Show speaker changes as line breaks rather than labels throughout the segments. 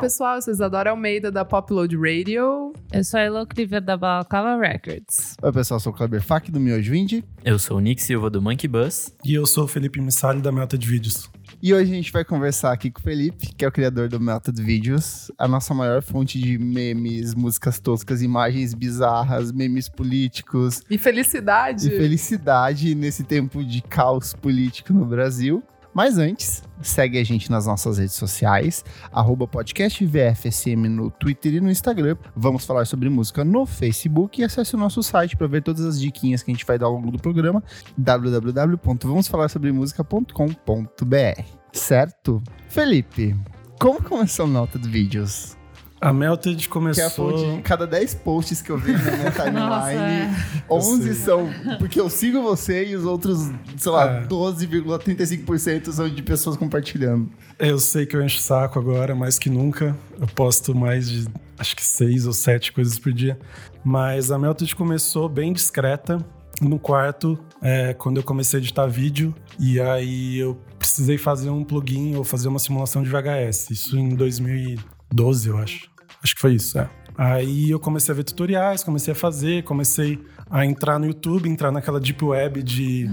pessoal. Eu sou Isadora Almeida, da Popload Radio.
Eu sou a Elo Cleaver da Balaclava Records.
Oi, pessoal, sou o Kleber Fak do Miojo Indie.
Eu sou o Nick Silva do Monkey Bus.
E eu sou o Felipe Missali da Melta de Vídeos.
E hoje a gente vai conversar aqui com o Felipe, que é o criador do Melted Videos, a nossa maior fonte de memes, músicas toscas, imagens bizarras, memes políticos
E felicidade.
e felicidade nesse tempo de caos político no Brasil. Mas antes, segue a gente nas nossas redes sociais, arroba podcast VFSM no Twitter e no Instagram. Vamos falar sobre música no Facebook e acesse o nosso site para ver todas as diquinhas que a gente vai dar ao longo do programa, www.vamosfalarsobremusica.com.br, certo? Felipe, como começou a nota de vídeos?
A Melted
Que é a
começou.
fonte, cada 10 posts que eu vejo na minha
Nossa,
timeline,
é.
11
Eu sei.
são porque eu sigo você e os outros, sei lá,
É.
12,35% são de pessoas compartilhando.
Eu sei que eu encho o saco agora, mais que nunca. Eu posto mais de acho que seis ou sete coisas por dia. Mas a Melted começou bem discreta no quarto, é, quando eu comecei a editar vídeo. E aí eu precisei fazer um plugin ou fazer uma simulação de VHS. Isso em 2012, eu acho. Acho que foi isso, é. Aí eu comecei a ver tutoriais, comecei a fazer, comecei a entrar no YouTube, entrar naquela deep web de,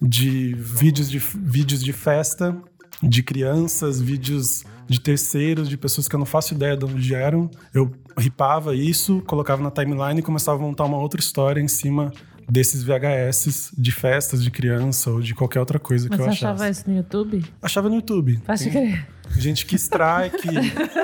de, vídeos, de vídeos de festa, de crianças, vídeos de terceiros, de pessoas que eu não faço ideia de onde eram. Eu ripava isso, colocava na timeline e começava a montar uma outra história em cima desses VHS de festas de criança ou de qualquer outra coisa
Mas
que eu
você
achasse.
achava isso no YouTube?
Achava no YouTube.
Faz de crer.
Gente que extrai que.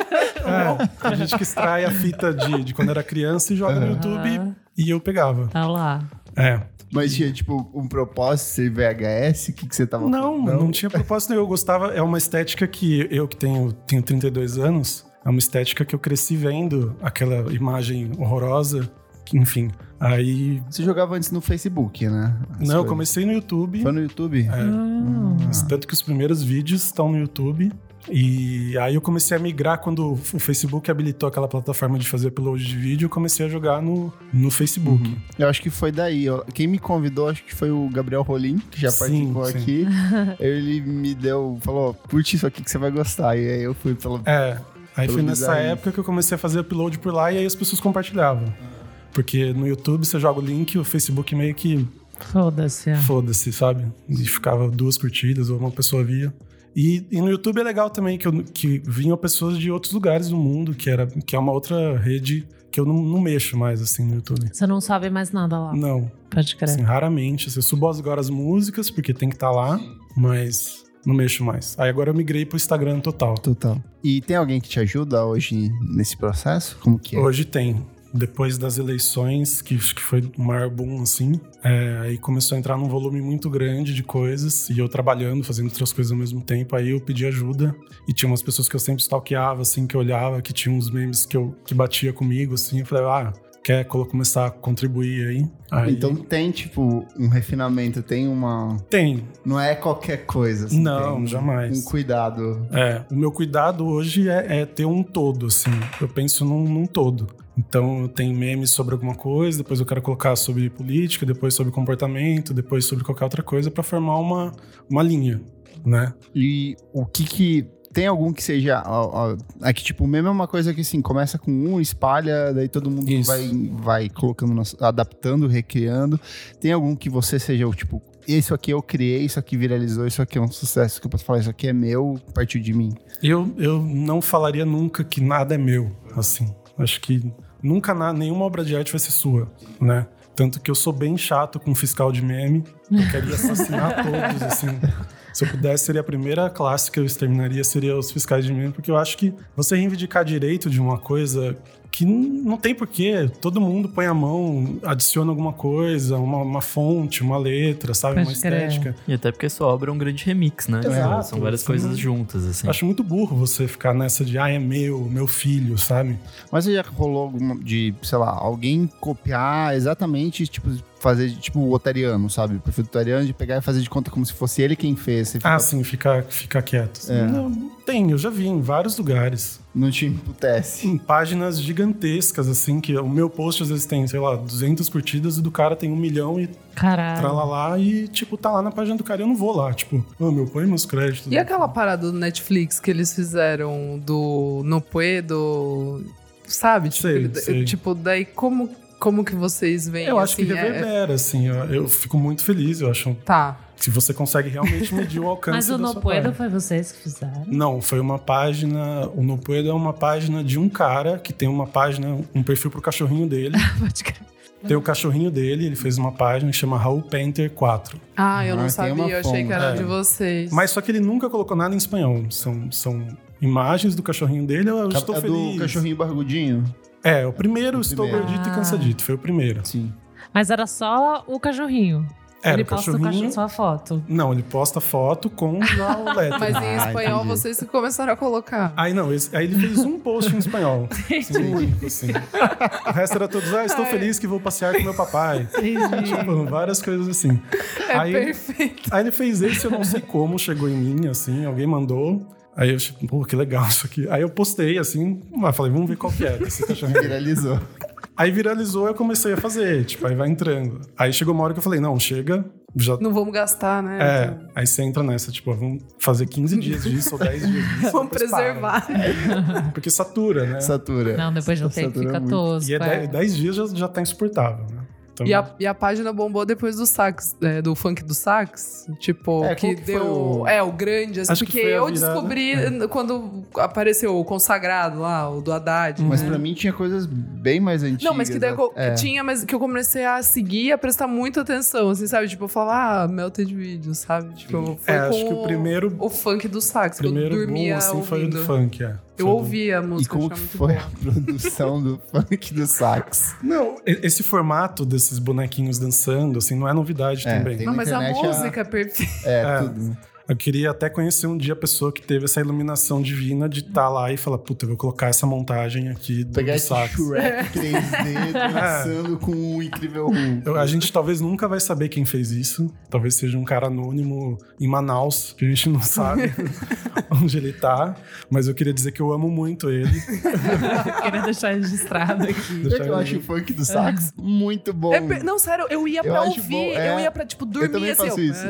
É, tem gente que extrai a fita de, de quando era criança e joga no YouTube e eu pegava.
Ah, Tá lá.
É.
Mas tinha, tipo, um propósito ser VHS? O que, que você tava
Não, não, tinha propósito nenhum. Eu gostava. É uma estética que eu, que tenho, tenho 32 anos, é uma estética que eu cresci vendo aquela imagem horrorosa. que, Enfim. Aí.
Você jogava antes no Facebook, né? As
Não, eu
coisas.
comecei É. no YouTube.
Foi no YouTube? Ah.
Mas Tanto que os primeiros vídeos estão no YouTube. E aí eu comecei a migrar quando o Facebook habilitou aquela plataforma de fazer upload de vídeo, eu comecei a jogar no, no Facebook.
Eu acho que foi daí. ó. Quem me convidou, acho que foi o Gabriel Rolim, que já
Sim,
participou
sim.
aqui. Ele me deu, falou, curte isso aqui que você vai gostar. E aí eu fui pela...
É. Aí
Pelo
foi nessa
design.
época que eu comecei a fazer upload por lá e aí as pessoas compartilhavam.
Ah.
Porque no YouTube você joga o link, o Facebook meio que
É.
Foda-se.
Foda-se, sabe? E ficava duas curtidas ou uma pessoa via. E, e no YouTube é legal também que, eu- que vinham pessoas de outros lugares do mundo, que, era, que é uma outra rede que eu não, não mexo mais, assim, no YouTube.
Você não sabe mais nada lá.
Não,
Pode crer.
assim, raramente. Assim, eu subo agora as músicas, porque tem que estar lá, mas não mexo mais. Aí agora eu migrei pro Instagram total.
Total. E tem alguém que te ajuda hoje nesse processo? Como que é?
Hoje tem. Depois das eleições, que acho que foi o maior boom, assim, é, aí começou a entrar num volume muito grande de coisas, e eu trabalhando, fazendo outras coisas ao mesmo tempo, aí eu pedi ajuda, e tinha umas pessoas que eu sempre stalkeava, assim, que eu olhava, que tinha uns memes que, eu, que batia comigo, assim, eu falei, ah, quer colo- começar a contribuir aí? aí
Então tem, tipo, um refinamento, tem uma...
tem,
Não é qualquer coisa.
Não,
tem um-
jamais.
Um cuidado.
É, o meu cuidado hoje é, é ter um todo, assim. Eu penso num, num todo. Então, eu tenho memes sobre alguma coisa, depois eu quero colocar sobre política, depois sobre comportamento, depois sobre qualquer outra coisa pra formar uma, uma linha, né?
E o que que... Tem algum que seja... Ó, ó, é que, tipo, o meme é uma coisa que, assim, começa com um, espalha, daí todo mundo
Isso.
vai, vai colocando, nas- adaptando, recriando. Tem algum que você seja, o tipo, isso aqui eu criei, isso aqui viralizou, isso aqui é um sucesso, que eu posso falar, isso aqui é meu, partiu de mim.
Eu, eu não falaria nunca que nada é meu, assim. Acho que nunca na, nenhuma obra de arte vai ser sua, né? Tanto que eu sou bem chato com fiscal de meme. Eu queria assassinar todos, assim. Se eu pudesse, seria a primeira classe que eu exterminaria, seria os fiscais de meme, porque eu acho que você reivindicar direito de uma coisa que n- não tem porquê. Todo mundo põe a mão, adiciona alguma coisa, uma, uma fonte, uma letra, sabe?
Pode
uma
crer.
estética.
E até porque sua obra é um grande remix, né?
Exato.
São várias coisas juntas, assim.
Acho muito burro você ficar nessa de, ah, é meu, meu filho, sabe?
Mas já rolou alguma de, sei lá, alguém copiar exatamente, tipo, fazer de- tipo o otariano, sabe? O perfil do otariano de pegar e fazer de conta como se fosse ele quem fez. Você fica-
Ah, sim, ficar ficar quieto. assim.
É.
Não, tem, eu já vi em vários lugares.
Não te emputece.
Em páginas gigantescas, assim, que o meu post às vezes tem, sei lá, 200 curtidas e do cara tem um milhão e
Caralho.
tralalá e, tipo, tá lá na página do cara e eu não vou lá. Tipo, ô, meu, põe meus créditos.
E aquela parada do Netflix que eles fizeram do No Pue, do. Sabe? Tipo,
Sei,
ele-
sei.
tipo, daí como, como que vocês veem?
Eu acho que
assim, é-
reverbera, assim, eu, eu fico muito feliz, eu acho.
Tá.
Se você consegue realmente medir o alcance
Mas o
da
No
sua
Puedo
página.
foi vocês que fizeram?
Não, foi uma página. O No Puedo é uma página de um cara que tem uma página, um perfil pro cachorrinho dele.
Pode crer.
tem o cachorrinho dele, ele fez uma página que chama Raul Painter 4.
Ah, eu
Ah,
não
tem
sabia,
uma
eu achei que
fonte.
era
É.
de vocês.
Mas só que ele nunca colocou nada em espanhol. São, são imagens do cachorrinho dele, eu estou
é
feliz.
do cachorrinho barrigudinho?
É, o primeiro, Estou
primeiro.
Gordito e
Ah.
Cansadito, foi o primeiro.
Sim.
Mas era só o cachorrinho.
Era
Ele
o
posta
cachorrinho.
o cachorro sua foto.
Não, ele posta foto com já o letra.
Mas em
Ah,
espanhol
entendi.
vocês que começaram a colocar.
Aí não, esse- aí ele fez um post em espanhol. Um único, assim. O resto era todos, ah, estou
Ai.
feliz que vou passear com meu papai. Tipo, várias coisas assim.
é
aí-
perfeito.
Aí ele fez esse, eu não sei como, chegou em mim, assim, alguém mandou. Aí eu, tipo, pô, que legal isso aqui. Aí eu postei, assim, lá, falei, vamos ver qual que é. que você tá achando que é.
Viralizou.
Aí viralizou, eu comecei a fazer, tipo, aí vai entrando. Aí chegou uma hora que eu falei, não, chega, já...
Não vamos gastar, né?
É, aí você entra nessa, tipo, ó, vamos fazer 15 dias disso ou 10 dias disso.
Vamos
depois para.
preservar.
Porque satura, né?
Satura.
Não, depois de um tempo
Satura
fica
muito.
tosco.
E é
é.
10, dias já, já tá insuportável, né? Então,
E a, e a página bombou depois do sax, é, do funk do sax. Tipo,
É, qual
que
que foi
deu.
o-
É, o grande, assim,
Acho que
porque
foi a
eu
virada. É.
descobri eh, quando apareceu o consagrado lá, o do Haddad.
Uhum. Mas
né?
pra mim tinha coisas bem mais antigas.
Não, mas que daí eu-
É.
tinha, mas que eu comecei a seguir e a prestar muita atenção, assim, sabe? Tipo, eu falava, ah, melted video, sabe? Tipo, foi
É, acho
com
que o primeiro-
O funk do sax, que eu
primeiro boom,
dormia
assim, foi o
ouvindo.
do funk, é. Foi
Eu
do-
ouvia a
E
música,
como que
achava muito
foi
boa.
a produção do funk do sax?
Não, e- esse formato desses bonequinhos dançando, assim, não é novidade
É,
também.
tem-
Não,
na
mas a
internet, a-
música é perfeita.
É,
É.
tudo.
Eu queria até conhecer um dia a pessoa que teve essa iluminação divina de estar lá e falar, puta, eu vou colocar essa montagem aqui do,
Pegar
do
esse
sax. É.
Shrek 3D dançando com o incrível Hulk.
Eu- a gente talvez nunca vai saber quem fez isso. Talvez seja um cara anônimo em Manaus, que a gente não sabe onde ele tá. Mas eu queria dizer que eu amo muito ele.
Eu queria deixar registrado aqui.
É que eu acho o funk do sax muito bom.
É per- Não, sério, eu ia pra
acho
ouvir,
bom, é.
eu ia pra, tipo, dormir
também
assim.
faço
eu-
isso.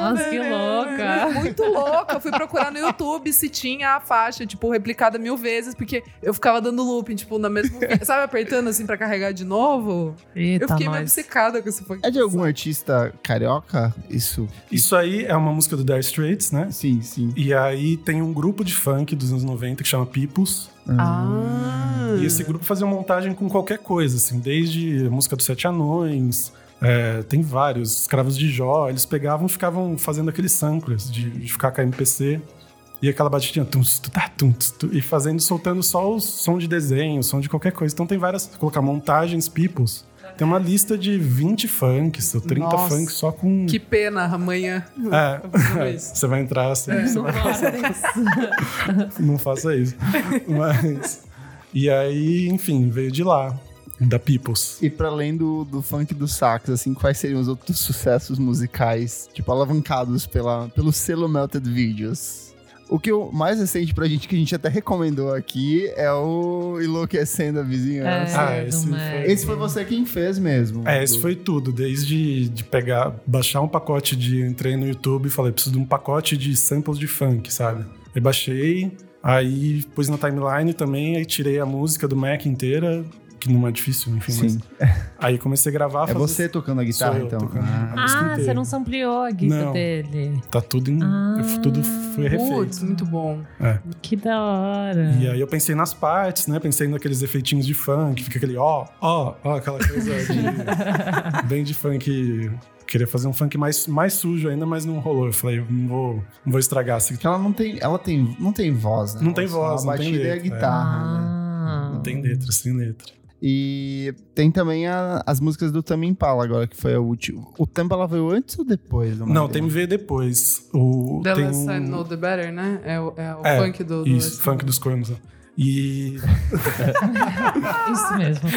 Nossa, que louca.
Muito louca. Eu fui procurar no YouTube se tinha a faixa, tipo, replicada mil vezes, porque eu ficava dando looping, tipo, na mesma. Sabe, apertando assim pra carregar de novo?
Eita,
eu fiquei meio
nós.
obcecada com esse funk.
É de algum artista carioca? Isso.
Isso aí é uma música do Dire Straits, né?
Sim, sim.
E aí tem um grupo de funk dos anos 90 que chama Pipos.
Ah.
E esse grupo fazia montagem com qualquer coisa, assim, desde a música dos Sete Anões, é, tem vários, Escravos de Jó, eles pegavam e ficavam fazendo aqueles samples de, de ficar com a MPC e aquela batidinha tum, tu, tá, tum, tsu, tu, e fazendo, soltando só o som de desenho, som de qualquer coisa. Então tem várias, colocar montagens, pipos. Tem uma lista de 20 funks, ou 30
Nossa.
funks só com...
Que pena amanhã.
É.
Fazer isso.
Você vai entrar assim,
É.
você vai
Nossa,
não faça isso. Mas. E aí, enfim, veio de lá, da Peoples.
E pra além do, do funk do sax, assim, quais seriam os outros sucessos musicais, tipo, alavancados pela, pelo selo Melted Videos? O que o mais recente pra gente, que a gente até recomendou aqui, é o Enlouquecendo a Vizinhança.
Ah,
é, do
esse
Mac.
foi-
Esse foi você quem fez mesmo.
É, isso
Do-
foi tudo, desde de pegar, baixar um pacote de. eu Entrei no YouTube e falei, preciso de um pacote de samples de funk, sabe? Aí baixei, aí pus na timeline também, aí tirei a música do Mac inteira, que não é difícil, enfim.
Sim.
Mas, aí comecei a gravar.
É
fazer-
você tocando a guitarra,
Sou eu
então.
tocando.
Ah.
Ah, você não sampleou a guita
Não.
dele.
Tá tudo em.
Ah.
eu- tudo foi refeito.
Putz, muito bom.
Que da hora.
E aí eu pensei nas partes, né? Pensei naqueles efeitinhos de funk, fica aquele ó, ó, ó, aquela coisa de, bem de funk. Queria fazer um funk mais, mais sujo ainda, mas não rolou. Eu falei, eu não vou, não vou estragar. Assim,
Porque ela não tem, ela tem, não tem voz, né?
Não tem
Ela só
voz,
A
não tem
batida e a
letra, é.
guitarra, né?
Ah.
não tem letra, sem letra.
E tem também a- as músicas do Tame Impala agora, que foi a última. O Tame Impala veio antes ou depois? do
Não,
Mario?
tem me ver depois. O,
The
tem
Less I
um,
Know The Better, né? É o, é o
É,
funk do... do
isso, funk dos cornos. ó. E.
Isso mesmo.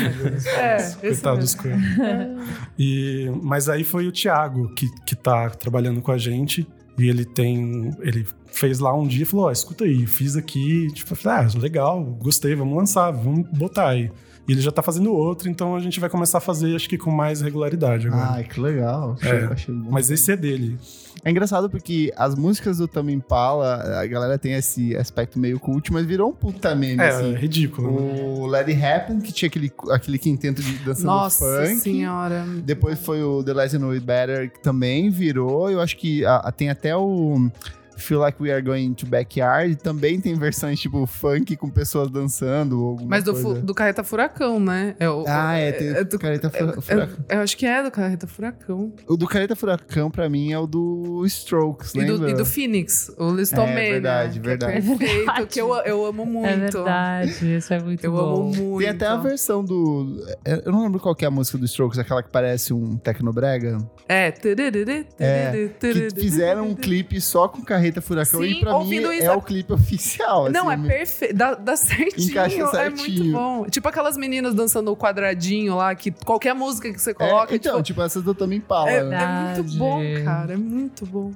É, esse
Coitado dos
mesmo.
coelhos. E, mas aí foi o Thiago que, que tá trabalhando com a gente. E ele tem. Ele fez lá um dia e falou: Ó, escuta aí, fiz aqui. Tipo, eu falei, ah, legal, gostei, vamos lançar, vamos botar aí. E ele já tá fazendo outro, então a gente vai começar a fazer, acho que com mais regularidade agora.
Ai, que legal. Achei,
né? É,
achei bom.
Mas esse é dele.
É engraçado porque as músicas do Tame Impala, a galera tem esse aspecto meio cult, mas virou um puta meme,
É,
assim.
ridículo. né?
O Let It Happen, que tinha aquele, aquele quinteto de dançando
Nossa
funk.
senhora.
Depois foi o The Less You Know It Better, que também virou. Eu acho que a- a- tem até o Feel Like We Are Going to Backyard. Também tem versões tipo funk com pessoas dançando. Ou alguma
Mas do, fu-
coisa.
do Carreta Furacão, né? É o,
Ah, é. Tem
é
o
do-
Careta Fura- Furacão.
é- eu acho que é do Carreta Furacão.
O do Careta Furacão, pra mim, é o do Strokes,
E do,
lembra?
e do Phoenix, o
É,
Listomania.
verdade, verdade.
Que é perfeito,
verdade.
que eu, eu amo muito.
É verdade, isso é muito
Eu
bom.
amo muito.
Tem até a versão do. Eu não lembro qual que é a música do Strokes, aquela que parece um Tecnobrega.
É. tererê, tererê,
Que
tererê,
fizeram um
tererê.
clipe só com Carreta Furacão
Sim,
e pra mim
ouvindo isso-
é o clipe oficial.
Não, é
assim,
perfeito. Dá, dá certinho,
Encaixa
É
certinho.
muito bom. Tipo aquelas meninas dançando o quadradinho lá, que qualquer música que você coloca.
É, então, tipo, essas do Tame Impala.
é,
né?
é muito bom, cara. É muito bom.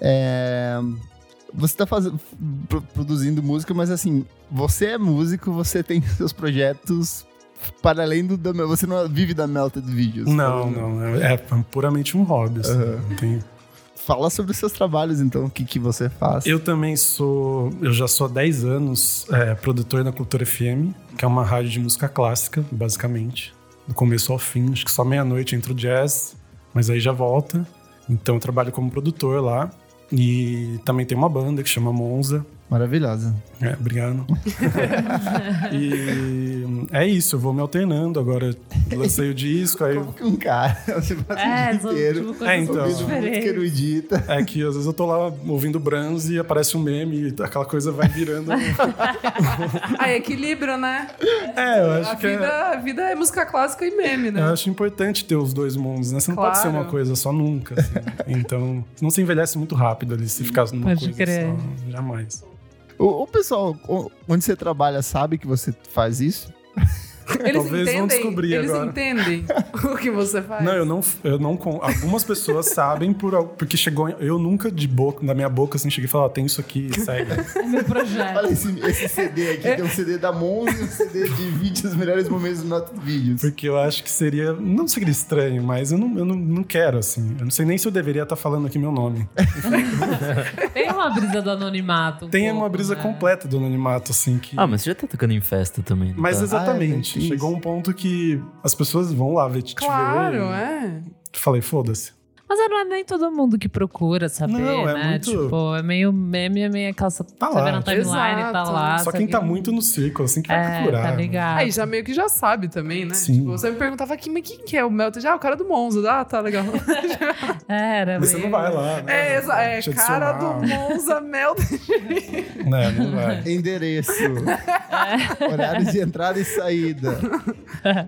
É, Você tá fazendo, pro- produzindo música, mas assim, você é músico, você tem seus projetos para além do... da- Você não vive da Melted Videos. Então,
Não,
por exemplo.
não. É, é puramente um hobby. assim.
né? Aham.
Não tem-
Fala sobre os seus trabalhos, então, o que, que você faz.
Eu também sou. Eu já sou há 10 anos é, produtor na Cultura FM, que é uma rádio de música clássica, basicamente. Do começo ao fim, acho que só meia-noite entra o jazz, mas aí já volta. Então eu trabalho como produtor lá. E também tem uma banda que chama Monza.
Maravilhosa.
É, obrigado. e é isso, eu vou me alternando. Agora lancei o disco, aí
Como que um cara, você passa
É,
o dia
são
inteiro
tipo coisas
É, então.
ouvindo música
diferentes.
erudita.
É que às vezes eu tô lá ouvindo Brans e aparece um meme e aquela coisa vai virando. é,
Ah, equilíbrio, né?
eu
A
acho que
vida,
é,
a vida é música clássica e meme, né?
eu acho importante ter os dois mundos, né? Você não pode ser
Claro.
uma coisa só nunca. assim. Então, não se envelhece muito rápido ali se ficar numa
Pode
coisa
crer.
só. Jamais.
O, o pessoal o- onde você trabalha sabe que você faz isso?
Eles
Talvez vão
entendem,
descobrir
eles
agora.
entendem o que você faz.
Não, eu não, eu não. con- Algumas pessoas sabem por al- porque chegou. em- Eu nunca de boca, da minha boca, assim, cheguei e falei, ó, tem isso aqui, segue.
É meu projeto.
Olha esse, esse CD aqui, que é um CD da Monza e um CD de 20 os melhores momentos do Not Videos.
Porque eu acho que seria. Não seria estranho, mas eu não, eu não, não quero, assim. Eu não sei nem se eu deveria estar falando aqui meu nome.
Tem uma brisa do anonimato. um
Tem
pouco,
uma brisa
né?
completa do anonimato, assim, que.
Ah, mas você já tá tocando em festa também. não
Mas
tá?
exatamente.
Ah, é, tem
Chegou
isso.
um ponto que as pessoas vão lá ver te te
Claro,
ver.
é.
Falei, foda-se.
Mas não é nem todo mundo que procura saber,
Não, é
né?
muito-
Tipo, é meio meme, é meio aquela...
Tá
você
lá,
vê na timeline, tá
exato.
lá.
Só
sabe?
quem tá muito no círculo, assim, que vai
É,
procurar.
tá ligado.
Aí já meio que já sabe também, né?
Sim.
Tipo, você me perguntava aqui, mas quem que é o Melted? Ah, o cara do Monza. Ah, tá legal.
É, era
Mas você não
meio-
vai lá, né?
é, exa- é
Te
cara do
adicionar.
Monza Melted.
Né, não vai.
Endereço.
É.
Horário de entrada e saída.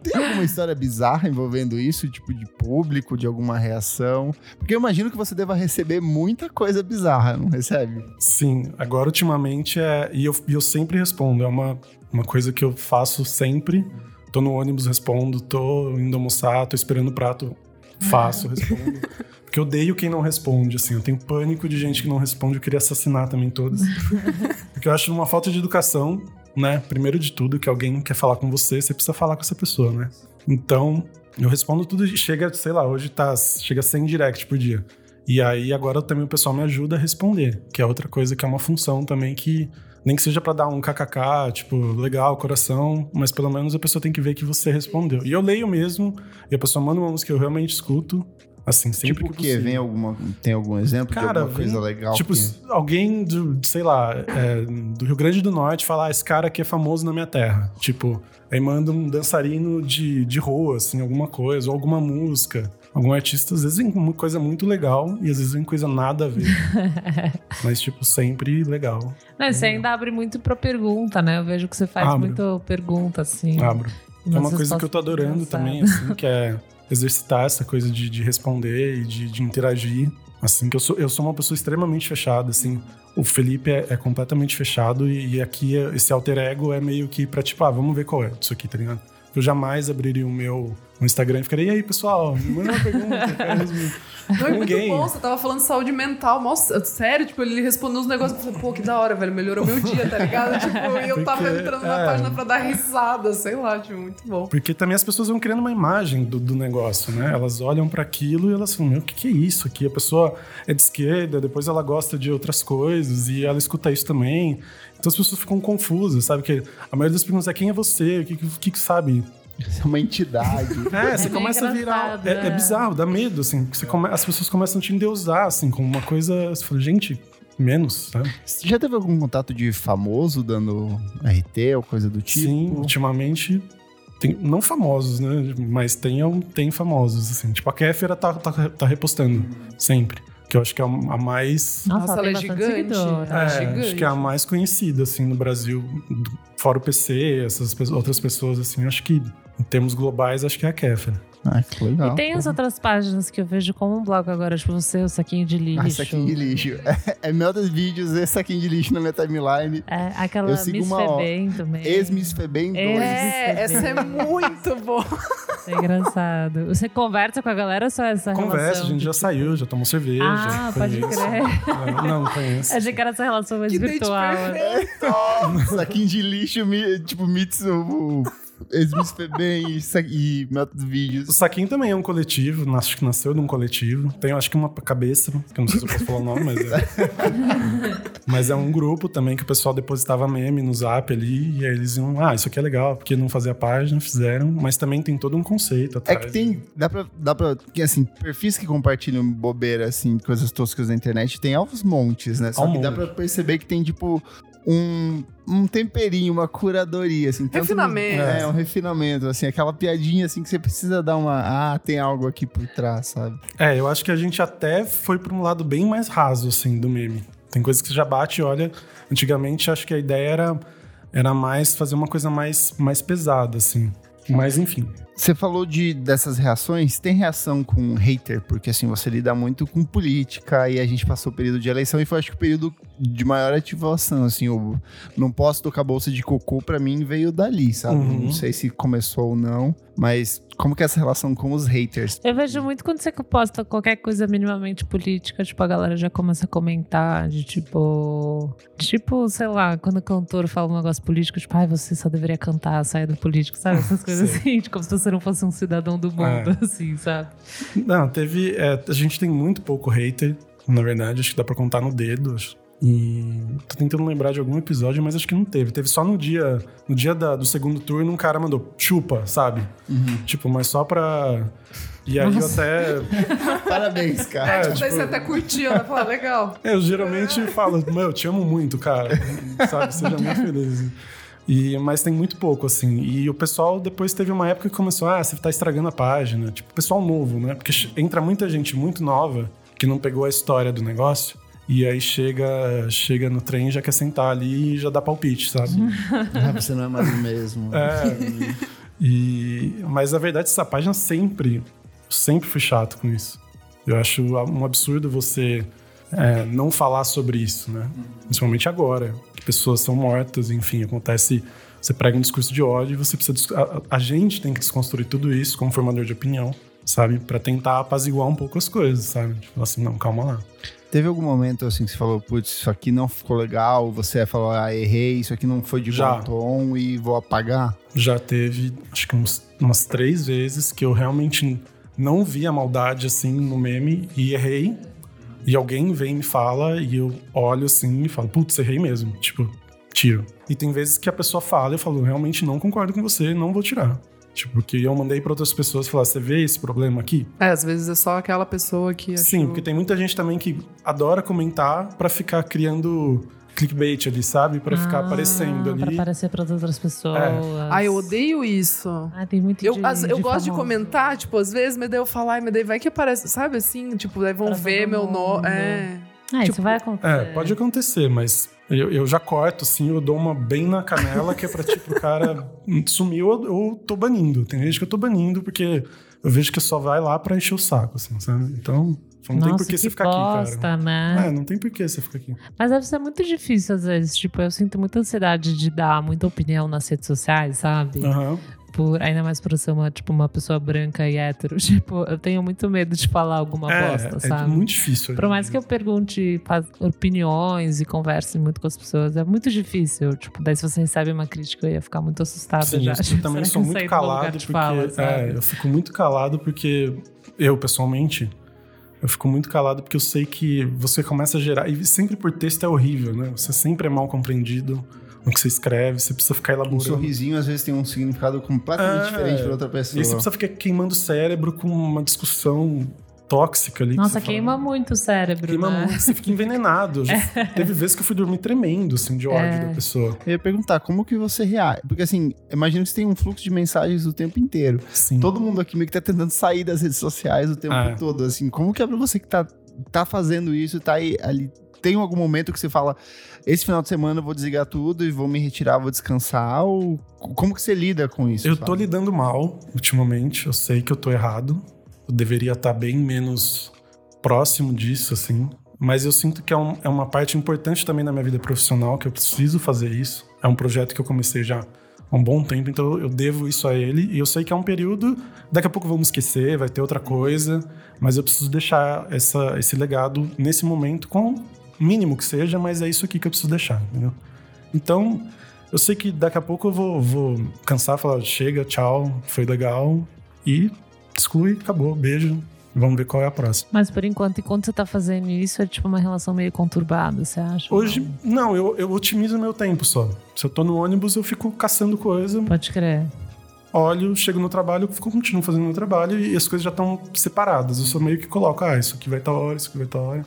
Tem alguma história bizarra envolvendo isso? Tipo, de público, de alguma reação? Porque eu imagino que você deva receber muita coisa bizarra, não recebe?
Sim, agora ultimamente é. E eu, e eu sempre respondo, é uma, uma coisa que eu faço sempre. Tô no ônibus, respondo, tô indo almoçar, tô esperando o prato, faço, respondo. Porque eu odeio quem não responde, assim. Eu tenho pânico de gente que não responde, eu queria assassinar também todos. Porque eu acho uma falta de educação, né? Primeiro de tudo, que alguém quer falar com você, você precisa falar com essa pessoa, né? Então, eu respondo tudo, e chega, sei lá, hoje tá, chega 100 direct por dia. E aí agora também o pessoal me ajuda a responder, que é outra coisa que é uma função também que nem que seja pra dar um kkk, tipo, legal, coração, mas pelo menos a pessoa tem que ver que você respondeu. E eu leio mesmo, e a pessoa manda uma música que eu realmente escuto, assim, sempre
tipo o
que
quê?
possível.
Vem alguma, tem algum exemplo de
Cara,
alguma coisa
vem,
legal?
Tipo,
que-
s- alguém do, sei lá, é, do Rio Grande do Norte falar, ah, esse cara aqui é famoso na minha terra. Tipo, aí manda um dançarino de, de rua, assim, alguma coisa, ou alguma música. Algum artista, às vezes vem com coisa muito legal e às vezes vem coisa nada a ver. Mas, tipo, sempre legal.
Não, você ainda abre muito pra pergunta, né? Eu vejo que você faz
Abro.
muito pergunta, assim.
Abro.
e
É uma
umas
coisa que eu tô
respostas
adorando
engraçadas.
também, assim, que é exercitar essa coisa de, de responder e de, de interagir Assim que eu sou, eu sou uma pessoa extremamente fechada, assim. O Felipe é, é completamente fechado e, e aqui é- esse alter ego é meio que pra tipo, ah, vamos ver qual é disso aqui, tá ligado? Eu jamais abriria o meu o Instagram e ficaria, e aí, pessoal, me manda uma pergunta. um quero resumir."
Não, é muito
Ninguém.
bom, você tava falando de saúde mental, mó s- sério, tipo, ele respondeu uns negócios que eu falei, pô, que da hora, velho, melhorou meu dia, tá ligado? Tipo, e eu tava
Porque,
entrando na
é.
página pra dar risada, sei lá, tipo, muito bom.
Porque também as pessoas vão criando uma imagem do, do negócio, né? Elas olham para aquilo e elas falam, meu, o que, que é isso aqui? A pessoa é de esquerda, depois ela gosta de outras coisas e ela escuta isso também. Então as pessoas ficam confusas, sabe? Que a maioria das perguntas é quem é você? O que, que, que que sabe?
Isso é uma entidade.
É, você
meio
começa a virar.
engraçado,
É, é
é.
bizarro, dá medo, assim. que Você come- as pessoas começam a te endeusar, assim, como uma coisa. Você fala, gente, menos, sabe?
Você já teve algum contato de famoso dando RT ou coisa do tipo?
Sim, ultimamente. Tem, não famosos, né? Mas tem, al- tem famosos, assim. Tipo, a Kéfera tá, tá, tá repostando sempre. Que eu acho que é a mais.
Nossa,
Nossa,
ela,
ela é
tem bastante
gigante.
seguidor.
Ah,
é,
gigante.
acho que é a mais conhecida, assim, no Brasil. do- Fora o PC, essas pe- outras pessoas, assim. eu Acho que em termos globais, acho que é a Kéfera.
Ah, que legal.
E tem as outras páginas que eu vejo como um blog agora, tipo você, o saquinho de lixo.
Ah, saquinho de lixo. É, é meus vídeos e saquinho de lixo na minha timeline.
É, aquela
Eu sigo
Miss
uma, ó,
Febem também.
Ex-Miss Febem
É.
2.
É, essa é muito boa.
É engraçado. Você conversa com a galera ou só essa
Conversa,
relação?
a gente já saiu, já tomou cerveja.
Ah, pode
conheço.
crer.
É, Não, conheço.
Achei que era essa relação mais
Que date
virtual. né?
perfeito.
Saquinho de lixo, mi- tipo, Mitsu, ex-Miss Febem e, sa- e meus vídeos.
O Saquinho também é um coletivo, nas- acho que nasceu de um coletivo. Tem, acho que uma cabeça, que eu não sei se eu posso falar o nome, mas é. mas é um grupo também que o pessoal depositava meme no zap ali, e aí eles iam, ah, isso aqui é legal, porque não fazia página, fizeram, mas também tem todo um conceito
É
atrás.
que tem. Dá pra. Dá pra que, assim, perfis que compartilham bobeira, assim, coisas toscas na internet, tem aos montes, né? Só
Ao
que dá
monte.
pra perceber que tem, tipo, um, um temperinho, uma curadoria, assim. tanto no-
Refinamento.
é, um refinamento, assim, aquela piadinha, assim, que você precisa dar uma. Ah, tem algo aqui por trás, sabe?
É, eu acho que a gente até foi pra um lado bem mais raso, assim, do meme. Tem coisas que você já bate e olha. Antigamente, acho que a ideia era, era mais fazer uma coisa mais, mais pesada, assim. Mas enfim.
Você falou de, dessas reações, tem reação com hater, porque assim, você lida muito com política e a gente passou o período de eleição e foi acho que o período de maior ativação, assim, o não posso tocar bolsa de cocô pra mim veio dali, sabe?
Uhum.
Não sei se começou ou não, mas como que é essa relação com os haters?
Eu vejo muito quando você posta qualquer coisa minimamente política, tipo, a galera já começa a comentar de tipo. Tipo, sei lá, quando o cantor fala um negócio político, tipo, ai, você só deveria cantar, saia do político, sabe? Essas coisas assim, de como se você não fosse um cidadão do mundo,
É.
assim, sabe?
Não, teve. é, a gente tem muito pouco hater, na verdade. Acho que dá pra contar no dedo. acho. E tô tentando lembrar de algum episódio, mas acho que não teve. Teve só no dia, no dia da- do segundo turno, um cara mandou chupa, sabe? Tipo, mas só pra. E aí eu até.
Parabéns,
É,
cara.
tipo, daí você até curtiu, né? Fala, legal.
É, Eu geralmente falo, meu, eu te amo muito, cara. Sabe, seja muito feliz. E, mas tem muito pouco, assim. E o pessoal depois teve uma época que começou, ah, você tá estragando a página. Tipo, pessoal novo, né? Porque che- entra muita gente muito nova que não pegou a história do negócio. E aí chega, chega no trem, já quer sentar ali e já dá palpite, sabe?
Ah, você não é mais o mesmo.
É. E, mas a verdade é que essa página sempre, sempre fui chato com isso. Eu acho um absurdo você é, não falar sobre isso, né? Principalmente agora, que pessoas são mortas, enfim, acontece. Você prega um discurso de ódio e você precisa. des- A, a- a gente tem que desconstruir tudo isso como formador de opinião, sabe? Pra tentar apaziguar um pouco as coisas, sabe? Tipo assim, não, calma lá.
Teve algum momento assim que você falou, putz, isso aqui não ficou legal, você falou, ah, errei, isso aqui não foi de
Já.
bom tom e vou apagar?
já teve, acho que uns- umas três vezes que eu realmente não vi a maldade assim no meme e errei. E alguém vem e me fala e eu olho assim e falo, putz, errei mesmo. Tipo, tiro. E tem vezes que a pessoa fala e eu falo, realmente não concordo com você, não vou tirar. Tipo, porque eu mandei pra outras pessoas falar, você vê esse problema aqui?
É, às vezes é só aquela pessoa que achou...
Sim, porque tem muita gente também que adora comentar pra ficar criando clickbait ali, sabe? Pra ficar
Ah,
aparecendo ali. É.
Pra aparecer pras outras pessoas.
Ai, eu odeio isso.
Ah, tem muito
Eu,
de,
as- eu
de
gosto de
famoso.
comentar, tipo, às vezes, mas daí eu falar, ai, mas daí vai que aparece, sabe assim? Tipo, daí vão
Pra
ver
todo
meu
mundo.
nome. É.
Ah, isso
tipo,
vai acontecer.
É, pode acontecer, mas eu, eu já corto, assim, eu dou uma bem na canela, que é pra tipo, o cara sumiu ou ou tô banindo. Tem gente que eu tô banindo, porque eu vejo que só vai lá pra encher o saco, assim, sabe? Então, Não tem por
Nossa,
que
que
você ficar aqui,
bosta,
cara.
né?
É, não tem por que você ficar aqui.
Mas deve ser muito difícil às vezes. Tipo, eu sinto muita ansiedade de dar muita opinião nas redes sociais, sabe?
Aham.
Por, ainda mais por eu ser uma, tipo, uma pessoa branca e hétero. Tipo, eu tenho muito medo de falar alguma bosta,
é, é
sabe?
muito difícil.
Por mais que eu pergunte faz- opiniões e converse muito com as pessoas, é muito difícil. Tipo, daí se você recebe uma crítica, eu ia ficar muito assustada
Sim,
já.
eu
Será
também sou
que saí do meu
muito
lugar
calado
de
porque.
fala, sabe?
é, eu fico muito calado porque. Eu, pessoalmente, eu fico muito calado porque eu sei que você começa a gerar. E sempre por texto é horrível, né? Você sempre é mal compreendido no que você escreve, você precisa ficar
Um
elaborando.
sorrisinho às vezes tem um significado completamente
É.
diferente para outra pessoa.
E aí você precisa ficar queimando o cérebro com uma discussão tóxica ali. que
Nossa,
você fala,
queima muito o cérebro,
Queima
né?
muito, você fica envenenado. Eu já- Teve vezes que eu fui dormir tremendo, assim, de ódio
É.
da pessoa.
Eu ia perguntar, como que você reage? Porque assim, imagino que você tem um fluxo de mensagens o tempo inteiro.
Sim.
Todo mundo aqui meio que tá tentando sair das redes sociais o tempo
É.
todo, assim. Como que é pra você que tá, tá fazendo isso e tá aí, ali... Tem algum momento que você fala, esse final de semana eu vou desligar tudo e vou me retirar, vou descansar? Ou como que você lida com isso?
Eu
sabe?
tô lidando mal ultimamente, eu sei que eu tô errado. Eu deveria estar bem menos próximo disso, assim. Mas eu sinto que é, um- é uma parte importante também na minha vida profissional, que eu preciso fazer isso. É um projeto que eu comecei já há um bom tempo, então eu devo isso a ele. E eu sei que é um período, daqui a pouco vamos esquecer, vai ter outra coisa. Mas eu preciso deixar essa- esse legado nesse momento, com o mínimo que seja, mas é isso aqui que eu preciso deixar, entendeu? Então, eu sei que daqui a pouco eu vou, vou cansar, falar chega, tchau, foi legal. E exclui, acabou, beijo. Vamos ver qual é a próxima.
Mas por enquanto, enquanto você tá fazendo isso, é tipo uma relação meio conturbada, você acha?
Hoje, não, eu, eu otimizo meu tempo só. Se eu tô no ônibus, eu fico caçando coisa,
Pode crer.
olho, chego no trabalho, fico, continuo fazendo meu trabalho e as coisas já estão separadas. Eu só meio que coloco, ah, isso aqui vai tal hora, isso aqui vai tal hora.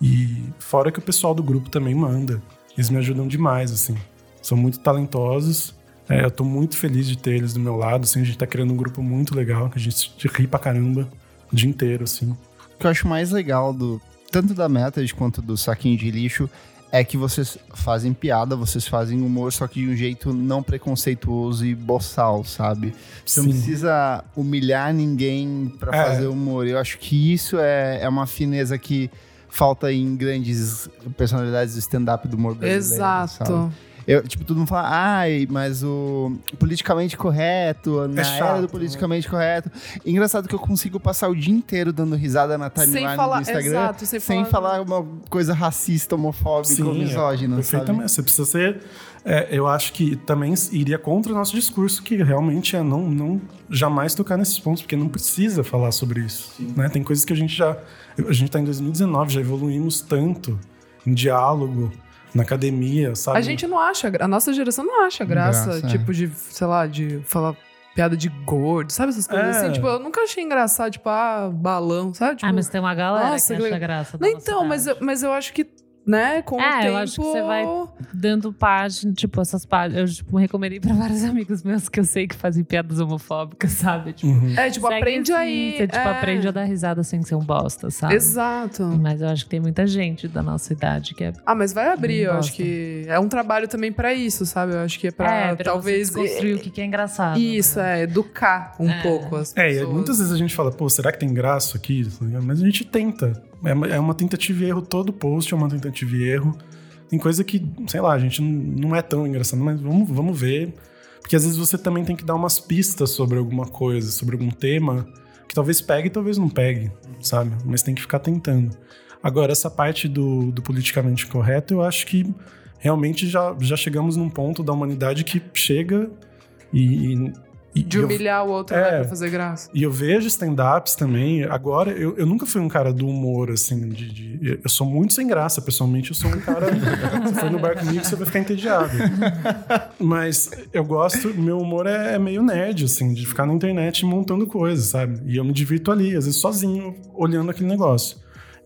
E fora que o pessoal do grupo também manda. Eles me ajudam demais, assim. São muito talentosos. É, eu tô muito feliz de ter eles do meu lado, assim. A gente tá criando um grupo muito legal, que a gente ri pra caramba o dia inteiro, assim.
O que eu acho mais legal do tanto da Method quanto do saquinho de lixo é que vocês fazem piada, vocês fazem humor, só que de um jeito não preconceituoso e boçal, sabe? Você não
Sim.
precisa humilhar ninguém pra
É.
fazer humor. Eu acho que isso é, é uma fineza que falta em grandes personalidades do stand-up do humor brasileiro. sabe?
Exato.
Eu, tipo, todo mundo fala, ai, mas o politicamente correto, na era
chato,
do
né?
politicamente correto. Engraçado que eu consigo passar o dia inteiro dando risada na timeline
Sem falar,
do Instagram.
exato, sem,
Sem falar uma coisa racista, homofóbica ou
é,
misógina, sabe?
perfeitamente. Você precisa ser. é, eu acho que também iria contra o nosso discurso, que realmente é não, não jamais tocar nesses pontos, porque não precisa falar sobre isso. né? Tem coisas que a gente já. A gente tá em 2019, já evoluímos tanto em diálogo, na academia, sabe?
A gente não acha, gra- a nossa geração não acha graça,
Graça, é.
tipo, de, sei lá, de falar piada de gordo, sabe essas coisas
É.
assim? Tipo, eu nunca achei engraçado, tipo, ah, balão, sabe? Tipo,
ah, mas tem uma galera
nossa,
que
que
acha
legal.
graça. da
não,
nossa
então,
idade.
mas eu, mas eu acho que, né, com o
É,
tempo...
eu acho que você vai- Dando página, tipo, essas páginas. Eu tipo, recomendei pra vários amigos meus que eu sei que fazem piadas homofóbicas, sabe? Tipo,
Uhum.
É, tipo,
segue
aprende
assim,
aí.
Você, tipo,
é.
aprende a dar risada sem ser um bosta, sabe?
Exato.
Mas eu acho que tem muita gente da nossa idade que é.
Ah, mas vai abrir, eu
Não
acho
gosta.
que é um trabalho também pra isso, sabe? Eu acho que é pra,
é, pra
talvez
você desconstruir o que, que é engraçado.
isso é educar um
É.
pouco as
É,
pessoas.
e muitas vezes a gente fala, pô, será que tem graça aqui? Tá Mas a gente tenta. É uma, é uma tentativa e erro. Todo post é uma tentativa e erro. Tem coisa que, sei lá, a gente não, não é tão engraçado, mas vamos, vamos ver. Porque às vezes você também tem que dar umas pistas sobre alguma coisa, sobre algum tema, que talvez pegue e talvez não pegue, sabe? Mas tem que ficar tentando. Agora, essa parte do, do politicamente correto, eu acho que realmente já, já chegamos num ponto da humanidade que chega e. e- e-
De um
e eu-
humilhar o outro,
É.
né, pra fazer graça.
e eu vejo stand-ups também. Agora, eu, eu nunca fui um cara do humor, assim, de, de- Eu sou muito sem graça, pessoalmente. Eu sou um cara. você foi no bar comigo, você vai ficar entediado. Mas eu gosto. Meu humor é, é meio nerd, assim, de ficar na internet montando coisas, sabe? E eu me divirto ali, às vezes sozinho, olhando aquele negócio.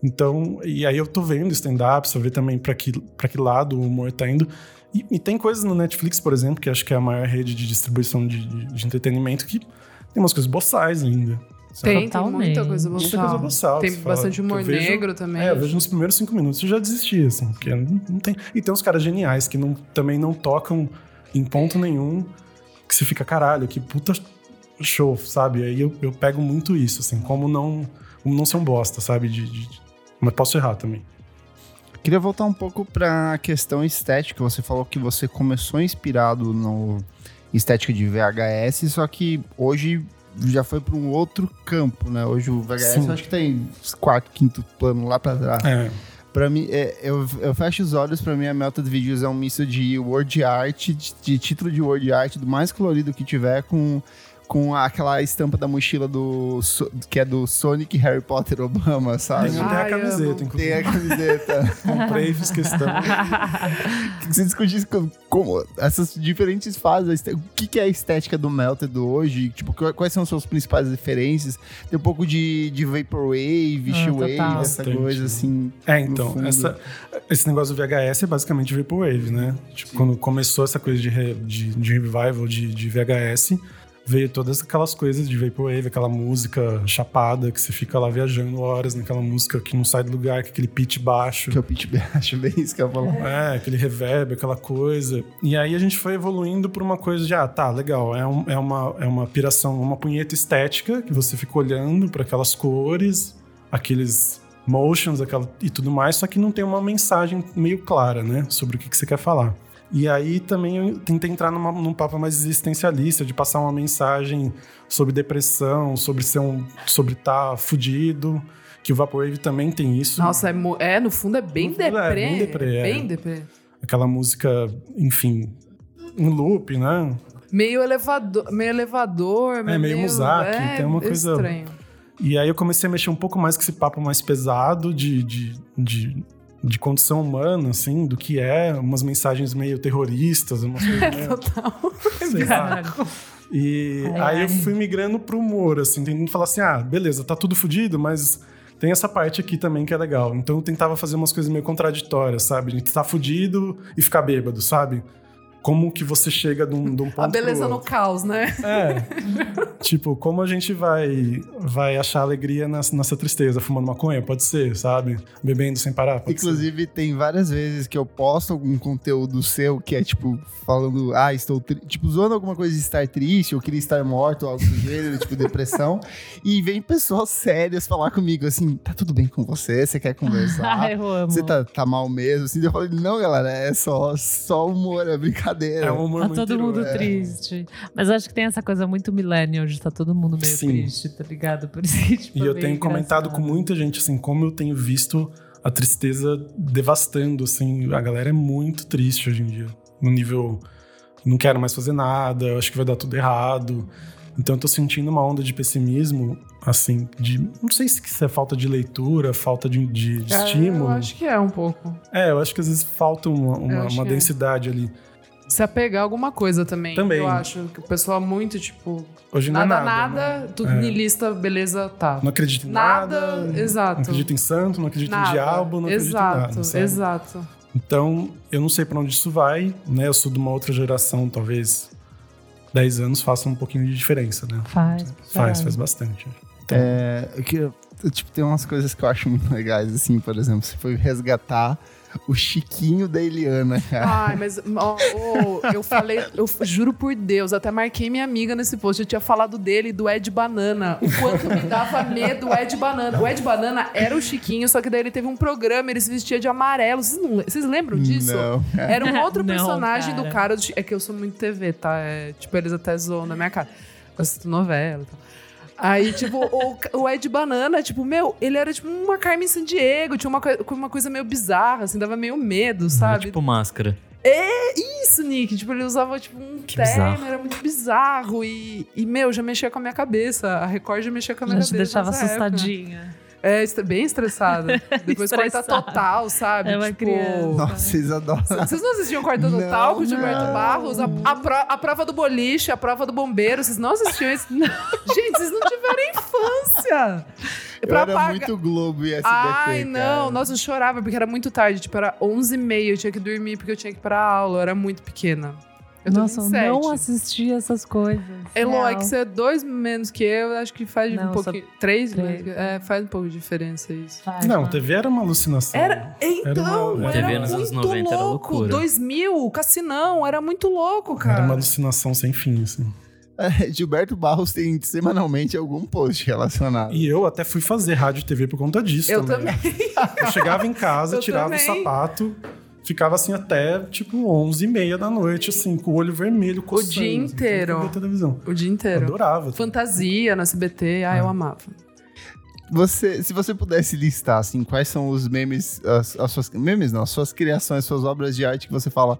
Então, e aí eu tô vendo stand-up, só ver também pra que, pra que lado o humor tá indo. E, e tem coisas no Netflix, por exemplo, que acho que é a maior rede de distribuição de, de- de entretenimento, que tem umas coisas boçais ainda. sabe?
Tem, tem
Totalmente.
muita coisa boçal.
Muita coisa boçal. que
Tem
você fala,
bastante
que eu
humor
vejo-
negro também.
É, eu vejo nos primeiros cinco minutos eu já desisti, assim, porque não, não tem. E tem uns caras geniais que não- também não tocam em ponto nenhum, que você fica, caralho, que puta show, sabe? Aí eu, eu pego muito isso, assim, como não, como não ser um bosta, sabe? De- de- de- mas posso errar também.
Queria voltar um pouco pra questão estética. Você falou que você começou inspirado no estética de VHS, só que hoje já foi pra um outro campo, né? Hoje o VHS
Sim.
eu acho que tem quarto, quinto plano lá pra trás.
É,
Pra mim, é, eu, eu fecho os olhos, pra mim a Melted Videos é um misto de word art, de, de título de word art, do mais colorido que tiver, com, com aquela estampa da mochila do So- que é do Sonic, Harry Potter, Obama, sabe?
tem até
Ai,
a
amo.
camiseta,
Tem a
inclusive.
camiseta.
Comprei e fiz questão.
que se discutisse com- como essas diferentes fases, a este- o que, que é a estética do Melted hoje, tipo, qu- quais são as suas principais referências? Tem um pouco de, de Vaporwave,
Ah,
Shewave,
total.
essa
Bastante,
coisa
né?
assim.
É,
No
então,
fundo.
essa- esse negócio do VHS é basicamente Vaporwave, né? Tipo, quando começou essa coisa de, re- de, de revival de, de VHS, veio todas aquelas coisas de Vaporwave, aquela música chapada, que você fica lá viajando horas naquela música que não sai do lugar, com aquele pitch baixo.
Que é o Pitch acho bem isso que eu ia falar.
É, aquele reverb, aquela coisa. E aí a gente foi evoluindo por uma coisa de, ah, tá, legal, é, um- é uma, é uma piração, uma punheta estética, que você fica olhando para aquelas cores, aqueles motions aquela, e tudo mais, só que não tem uma mensagem meio clara, né, sobre o que, que você quer falar. E aí também eu tentei entrar numa- num papo mais existencialista, de passar uma mensagem sobre depressão, sobre ser um. sobre estar tá fudido, que o Vaporwave também tem isso.
Nossa, é, mo- é, no fundo é bem
No fundo é
deprê.
bem deprê, é.
Bem deprê.
aquela música, enfim, em loop, né?
Meio elevador, meio elevador,
meio Muzak,
é
tem uma coisa-
estranho.
E aí eu comecei a mexer um pouco mais com esse papo mais pesado de, de, de, de condição humana, assim, do que é, umas mensagens meio terroristas, umas coisas meio,
Total.
sei lá. E
Ai,
aí eu
ai.
fui migrando pro humor, assim, tentando falar assim, ah, beleza, tá tudo fudido, mas tem essa parte aqui também que é legal. Então eu tentava fazer umas coisas meio contraditórias, sabe? De tá fudido e ficar bêbado, sabe? Como que você chega de um, de um ponto
A beleza
pro
no caos, né?
É. tipo, como a gente vai vai achar alegria nas- nessa tristeza? Fumando maconha? Pode ser, sabe? Bebendo sem parar? Pode
Inclusive, tem várias vezes que eu posto algum conteúdo seu que é tipo, falando, ah, estou tri-", tipo, zoando alguma coisa de estar triste, ou queria estar morto, ou algo do gênero, tipo, depressão. E vem pessoas sérias falar comigo assim: tá tudo bem com você? Você quer conversar?
Ai, Ah, eu amo.
Você tá, tá mal mesmo? Assim, eu falei, não, galera, é só, só humor, é
ser.
brincadeira.
É um humor
Tá
muito
todo mundo
irônico.
triste. Mas eu acho que tem essa coisa muito millennial de tá todo mundo meio
Sim.
triste, tá ligado? Por isso que, tipo, é
E eu
meio
tenho comentado
engraçado.
com muita gente, assim, como eu tenho visto a tristeza devastando, assim. A galera é muito triste hoje em dia. No nível, não quero mais fazer nada, eu acho que vai dar tudo errado. Então eu tô sentindo uma onda de pessimismo, assim, de... Não sei se isso é falta de leitura, falta de, de-
Ah,
de estímulo.
Eu acho que é um pouco.
É, eu acho que às vezes falta uma, uma-
Eu acho
uma
que é.
densidade ali.
Se apegar a alguma coisa também.
Também.
Eu acho que o pessoal é muito, tipo,
Hoje não
nada,
é nada.
nada,
né?
tudo
É.
niilista, beleza, tá.
Não acredito em nada.
Nada,
Não
exato.
acredito em santo, não acredito
Nada.
em diabo, não
exato,
acredito em nada. sabe?
exato.
Então, eu não sei pra onde isso vai, né? Eu sou de uma outra geração, talvez 10 anos faça um pouquinho de diferença, né?
Faz,
Faz,
caralho.
faz bastante.
É, eu queria- eu, tipo, tem umas coisas que eu acho muito legais, assim, por exemplo, você foi resgatar o Chiquinho da Eliana, cara.
Ai, mas ó, ô, eu falei, eu f- juro por Deus, até marquei minha amiga nesse post. Eu tinha falado dele, do Ed Banana. O quanto me dava medo o Ed Banana. O Ed Banana era o Chiquinho, só que daí ele teve um programa, ele se vestia de amarelo. Vocês, não le- vocês lembram disso?
Não.
Era um outro
É. Não,
personagem
cara.
do cara. do Chi- É que eu sou muito TV, tá? É, tipo, eles até zoam na minha cara. Eu assisto novela e tal. Aí, tipo, o, o Ed Banana, tipo, meu, ele era tipo uma Carmen Sandiego, tinha uma, coi- uma coisa meio bizarra, assim, dava meio
Uhum,
medo,
Era
sabe?
tipo máscara.
isso, Nick. Tipo, ele usava, tipo, um
Que
terno,
bizarro.
era muito bizarro. E, e, meu, já mexia com a minha cabeça. A Record já mexia com a minha
Já te
cabeça.
deixava
nessa época.
assustadinha.
É, est- bem estressada. Depois quarta
Estressada.
total, sabe? Tipo,
É uma criança.
Nossa, vocês adoram.
Vocês não assistiam Quarta
Não,
Total com o Gilberto
não.
Barros? A, a pro- a prova do boliche, a prova do bombeiro. Vocês não assistiam isso? Gente, vocês não tiveram infância.
Eu
Pra
era
pagar-
muito Globo e SBT,
Ai, não.
cara.
Nossa, eu chorava, porque era muito tarde. Tipo, era 11h30, eu tinha que dormir, porque eu tinha que ir pra aula. Eu era muito pequena. Eu tô
Nossa, eu
27.
não assisti essas coisas.
Eloy,
Real.
que você é dois menos que eu, acho que faz um
Não, só
pouquinho. Três,
três.
menos que- É, faz um pouco de diferença isso.
Faz,
Não,
mano.
TV era uma alucinação.
né? Era, então,
uma-
era,
TV nos
anos
muito
90 era
louco.
loucura.
2000, Cassinão, era muito louco, cara.
Era uma alucinação sem fim, assim.
Gilberto Barros tem semanalmente algum post relacionado.
E eu até fui fazer rádio e TV por conta disso
Eu
também. né? Eu chegava em casa,
Eu
tirava
também.
o sapato, ficava assim até tipo 11 e meia da noite, assim, com o olho vermelho, coçando.
dia
assim,
inteiro.
pra ver televisão.
O dia inteiro.
Adorava.
Fantasia no SBT, ah, eu amava.
Você, se você pudesse listar, assim, quais são os memes, as, as suas memes não, as suas criações, suas obras de arte que você fala,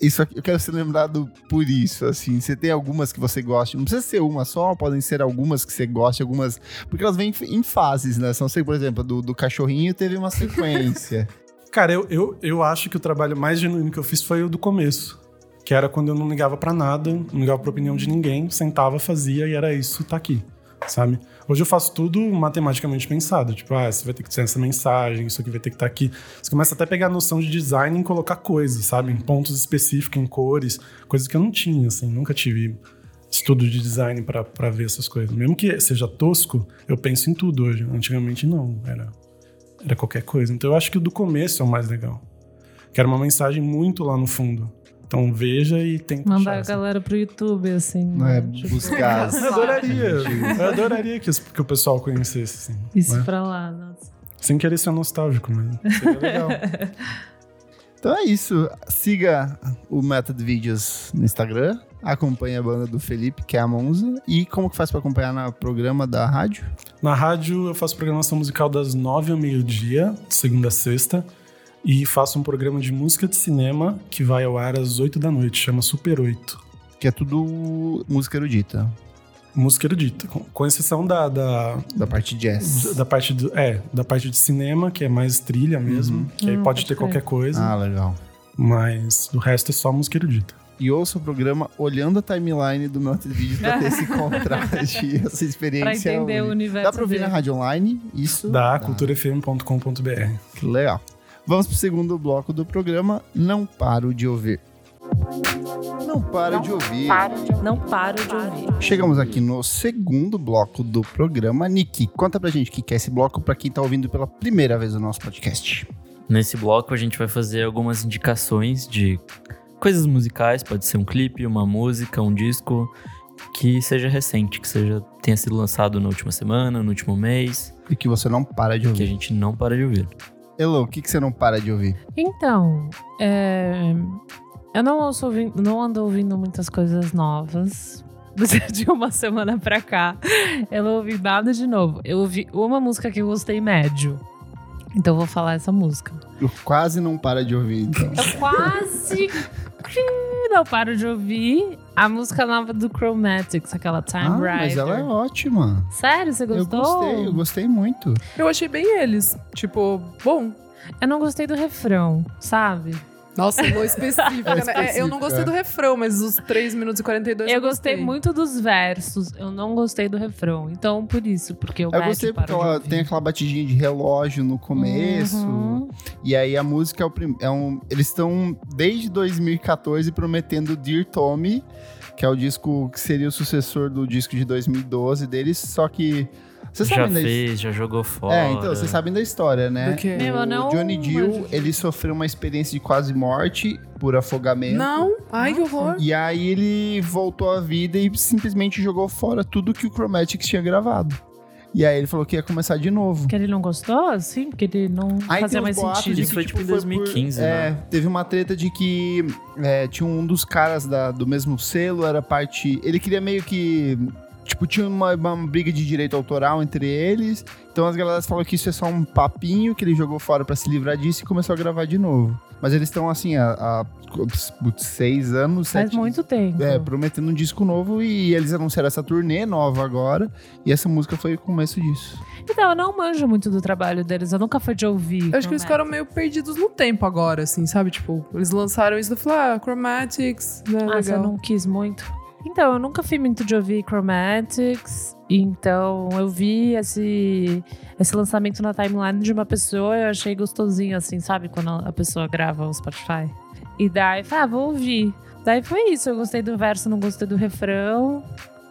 isso aqui, eu quero ser lembrado por isso, assim. Você tem algumas que você gosta, não precisa ser uma só, podem ser algumas que você gosta, algumas, porque elas vêm em fases, né? São, sei, por exemplo, do, do cachorrinho teve uma sequência.
Cara, eu, eu, eu acho que o trabalho mais genuíno que eu fiz foi o do começo. Que era quando eu não ligava pra nada, não ligava pra opinião de ninguém, sentava, fazia e era isso, tá aqui, sabe? Hoje eu faço tudo matematicamente pensado. Tipo, ah, você vai ter que ter essa mensagem, isso aqui vai ter que estar aqui. Você começa até a pegar a noção de design em colocar coisas, sabe? Em pontos específicos, em cores, coisas que eu não tinha, assim, nunca tive estudo de design pra pra ver essas coisas. Mesmo que seja tosco, eu penso em tudo hoje. Antigamente não, era era qualquer coisa. Então eu acho que o do começo é o mais legal. Que era uma mensagem muito lá no fundo. Então veja e tenta
Mandar a
achar,
galera pro YouTube, assim.
não é
né? Tipo,
buscar.
assim. Eu adoraria. eu adoraria que, os- que o pessoal conhecesse, assim.
Isso
né?
pra lá, nossa.
Sem querer ser nostálgico, mas seria legal.
Então é isso. Siga o Method Videos no Instagram. Acompanhe a banda do Felipe, que é a Monza. E como que faz pra acompanhar no programa da rádio?
Na rádio eu faço programação musical das nove ao meio-dia, de segunda a sexta. E faço um programa de música de cinema que vai ao ar às oito da noite, chama Super 8.
Que é tudo música erudita,
Música erudita, com, com exceção da- da,
da parte
Da-
jazz.
Da parte do, é, da parte de cinema, que é mais trilha mesmo, que aí
Ah,
pode
pode
ter
crer.
qualquer coisa,
Uhum. Ah, legal.
mas do resto é só música erudita.
E ouça o programa olhando a timeline do Method Videos pra ter esse contraste, essa
Pra
experiência.
entender o
única.
universo.
Dá pra ouvir na
dele.
rádio online? Isso.
Da
Dá.
culturafm.com.br.
Que legal. Vamos pro segundo bloco do programa. Não paro de ouvir. Não paro de ouvir.
Não paro de ouvir.
Chegamos aqui no segundo bloco do programa. Nick, conta pra gente o que que é esse bloco pra quem tá ouvindo pela primeira vez o nosso podcast.
Nesse bloco a gente vai fazer algumas indicações de coisas musicais, pode ser um clipe, uma música, um disco que seja recente, que seja tenha sido lançado na última semana, no último mês,
E que você não para de
que a
ouvir.
gente não para de ouvir.
Elo, o que, que você não para de ouvir?
Então, é, eu não, ouço ouvindo- não ando ouvindo muitas coisas novas. De uma semana pra cá, eu não ouvi nada de novo. Eu ouvi uma música que eu gostei médio. Então eu vou falar essa música.
Eu quase não para de ouvir, então.
Eu quase que não paro de ouvir a música nova do Chromatics, aquela Time
ah,
Rider.
mas ela é ótima.
Sério, você gostou?
Eu gostei, eu gostei muito.
Eu achei bem eles. Tipo, bom.
Eu não gostei do refrão, sabe?
Nossa, não específica, né?
É
É, eu
específica.
não gostei do refrão, mas os 3 minutos e 42
Eu gostei muito dos versos, eu não gostei do refrão. Então, por isso, porque o
Eu
Mac
gostei porque
parou de
ela
ouvir.
tem aquela batidinha de relógio no começo.
Uhum.
E aí a música é, o prim... é um. Eles estão desde 2014 prometendo Dear Tommy, que é o disco que seria o sucessor do disco de 2012 deles, só que. Vocês
já
sabem da his-
fez, já jogou fora.
É, então, vocês sabem da história, né?
Do quê?
Meu, eu
o
não-
Johnny Dill,
mas-
ele sofreu uma experiência de quase morte por afogamento.
Não? Ai, que horror.
E aí ele voltou à vida e simplesmente jogou fora tudo que o Chromatics tinha gravado. E aí ele falou que ia começar de novo.
Que ele não gostou, sim, porque ele não
tem
fazia
uns
mais
boatos
sentido.
de
Isso
que,
foi, tipo, em
por-
2015, né?
É, teve uma treta de que é, tinha um dos caras da- do mesmo selo, era parte. Ele queria meio que. Tipo, tinha uma, uma briga de direito autoral entre eles. Então as galeras falaram que isso é só um papinho que ele jogou fora pra se livrar disso e começou a gravar de novo. Mas eles estão assim, há, há putz, seis anos,
Faz
sete
muito tempo.
é, prometendo um disco novo e eles anunciaram essa turnê nova agora. E essa música foi o começo disso.
Então, eu não manjo muito do trabalho deles, eu nunca fui de ouvir.
Eu acho que eles ficaram meio perdidos no tempo agora, assim, sabe? Tipo, eles lançaram isso e eu falei, ah, Chromatics, né,
Ah, você
legal.
não quis muito? Então, eu nunca fui muito de ouvir Chromatics, então eu vi esse, esse lançamento na timeline de uma pessoa eu achei gostosinho, assim, sabe? Quando a pessoa grava o Spotify. E daí, falei, ah, vou ouvir. Daí foi isso, eu gostei do verso, não gostei do refrão,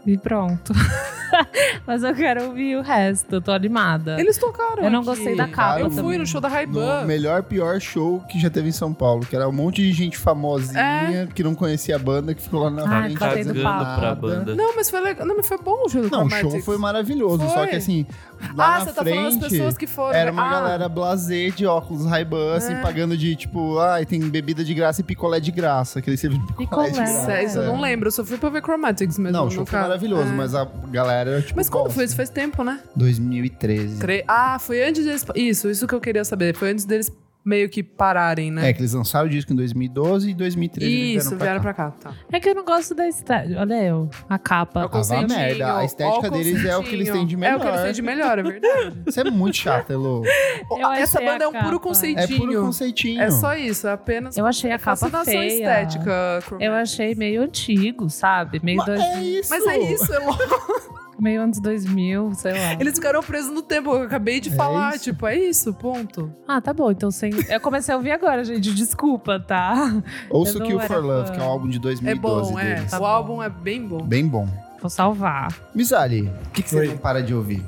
e pronto. Mas eu quero ouvir o resto, eu tô animada.
Eles tocaram.
Eu não
aqui.
gostei da capa
Eu
também.
fui no show da
No
Ray-Ban.
melhor, pior show que já teve em São Paulo, que era um monte de gente
É.
famosinha que não conhecia a banda, que tá ficou lá na
Ah,
frente
cagando
fazendo
papo.
nada.
pra banda.
Não, mas foi legal. Não, mas foi bom o show do
Não, o
Chromatics.
show foi maravilhoso, só
Foi.
que assim, lá
ah,
na
você tá falando
frente
das pessoas que foram.
era uma
ah,
galera blazer de óculos Ray-Ban, assim,
É.
pagando de tipo, ai, tem bebida de graça e picolé de graça, aquele serviço de picolé, de
Picolé.
graça.
Isso eu não lembro, eu só fui pra ver Chromatics mesmo.
É. Não, o show foi
nunca-
maravilhoso,
É.
mas a galera era tipo.
Mas quando
gosta.
foi isso? Faz tempo, né?
2013.
Cre- Ah, foi antes deles. Isso, isso que eu queria saber. Foi antes deles meio que pararem, né?
É, que eles lançaram o disco em 2012 e 2013 eles
isso,
vieram
vieram
pra cá.
pra cá. Tá.
É que eu não gosto da estética. Olha eu, a capa.
Ó,
Tava uma
consentinho,
Ah, merda. A estética
ó,
deles é o que eles têm de
É o que eles
melhor.
têm de melhor, é verdade.
Você é muito chata, Elô.
Eu
Essa
achei a
banda é um puro
capa.
É
conceitinho.
puro conceitinho.
É só isso, é apenas.
Eu achei a capa
fascinação
feia.
estética,
Eu
Chromatic.
achei meio antigo, sabe? Meio,
Mas
dois,
é isso.
Mas é isso, é louco.
meio anos 2000, sei lá.
Eles ficaram presos no tempo, eu acabei de
É
falar.
isso.
Tipo, é isso, ponto.
Ah, tá bom, então sem... Eu comecei a ouvir agora, gente, desculpa, tá?
Ouça o
Eu
Kill
não
for
era
Love,
fã.
que é um álbum de
É
2012
bom, é.
deles.
o
bom.
álbum é bem bom.
Bem bom.
Vou salvar.
Misali, o que, que você
Oi.
não para de ouvir?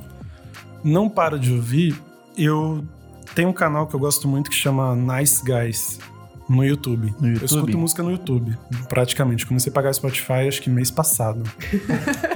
Não paro de ouvir. Eu tenho um canal que eu gosto muito que chama Nice Guys no YouTube.
No
Eu
YouTube?
escuto música no YouTube, praticamente. Comecei a pagar Spotify acho que mês passado.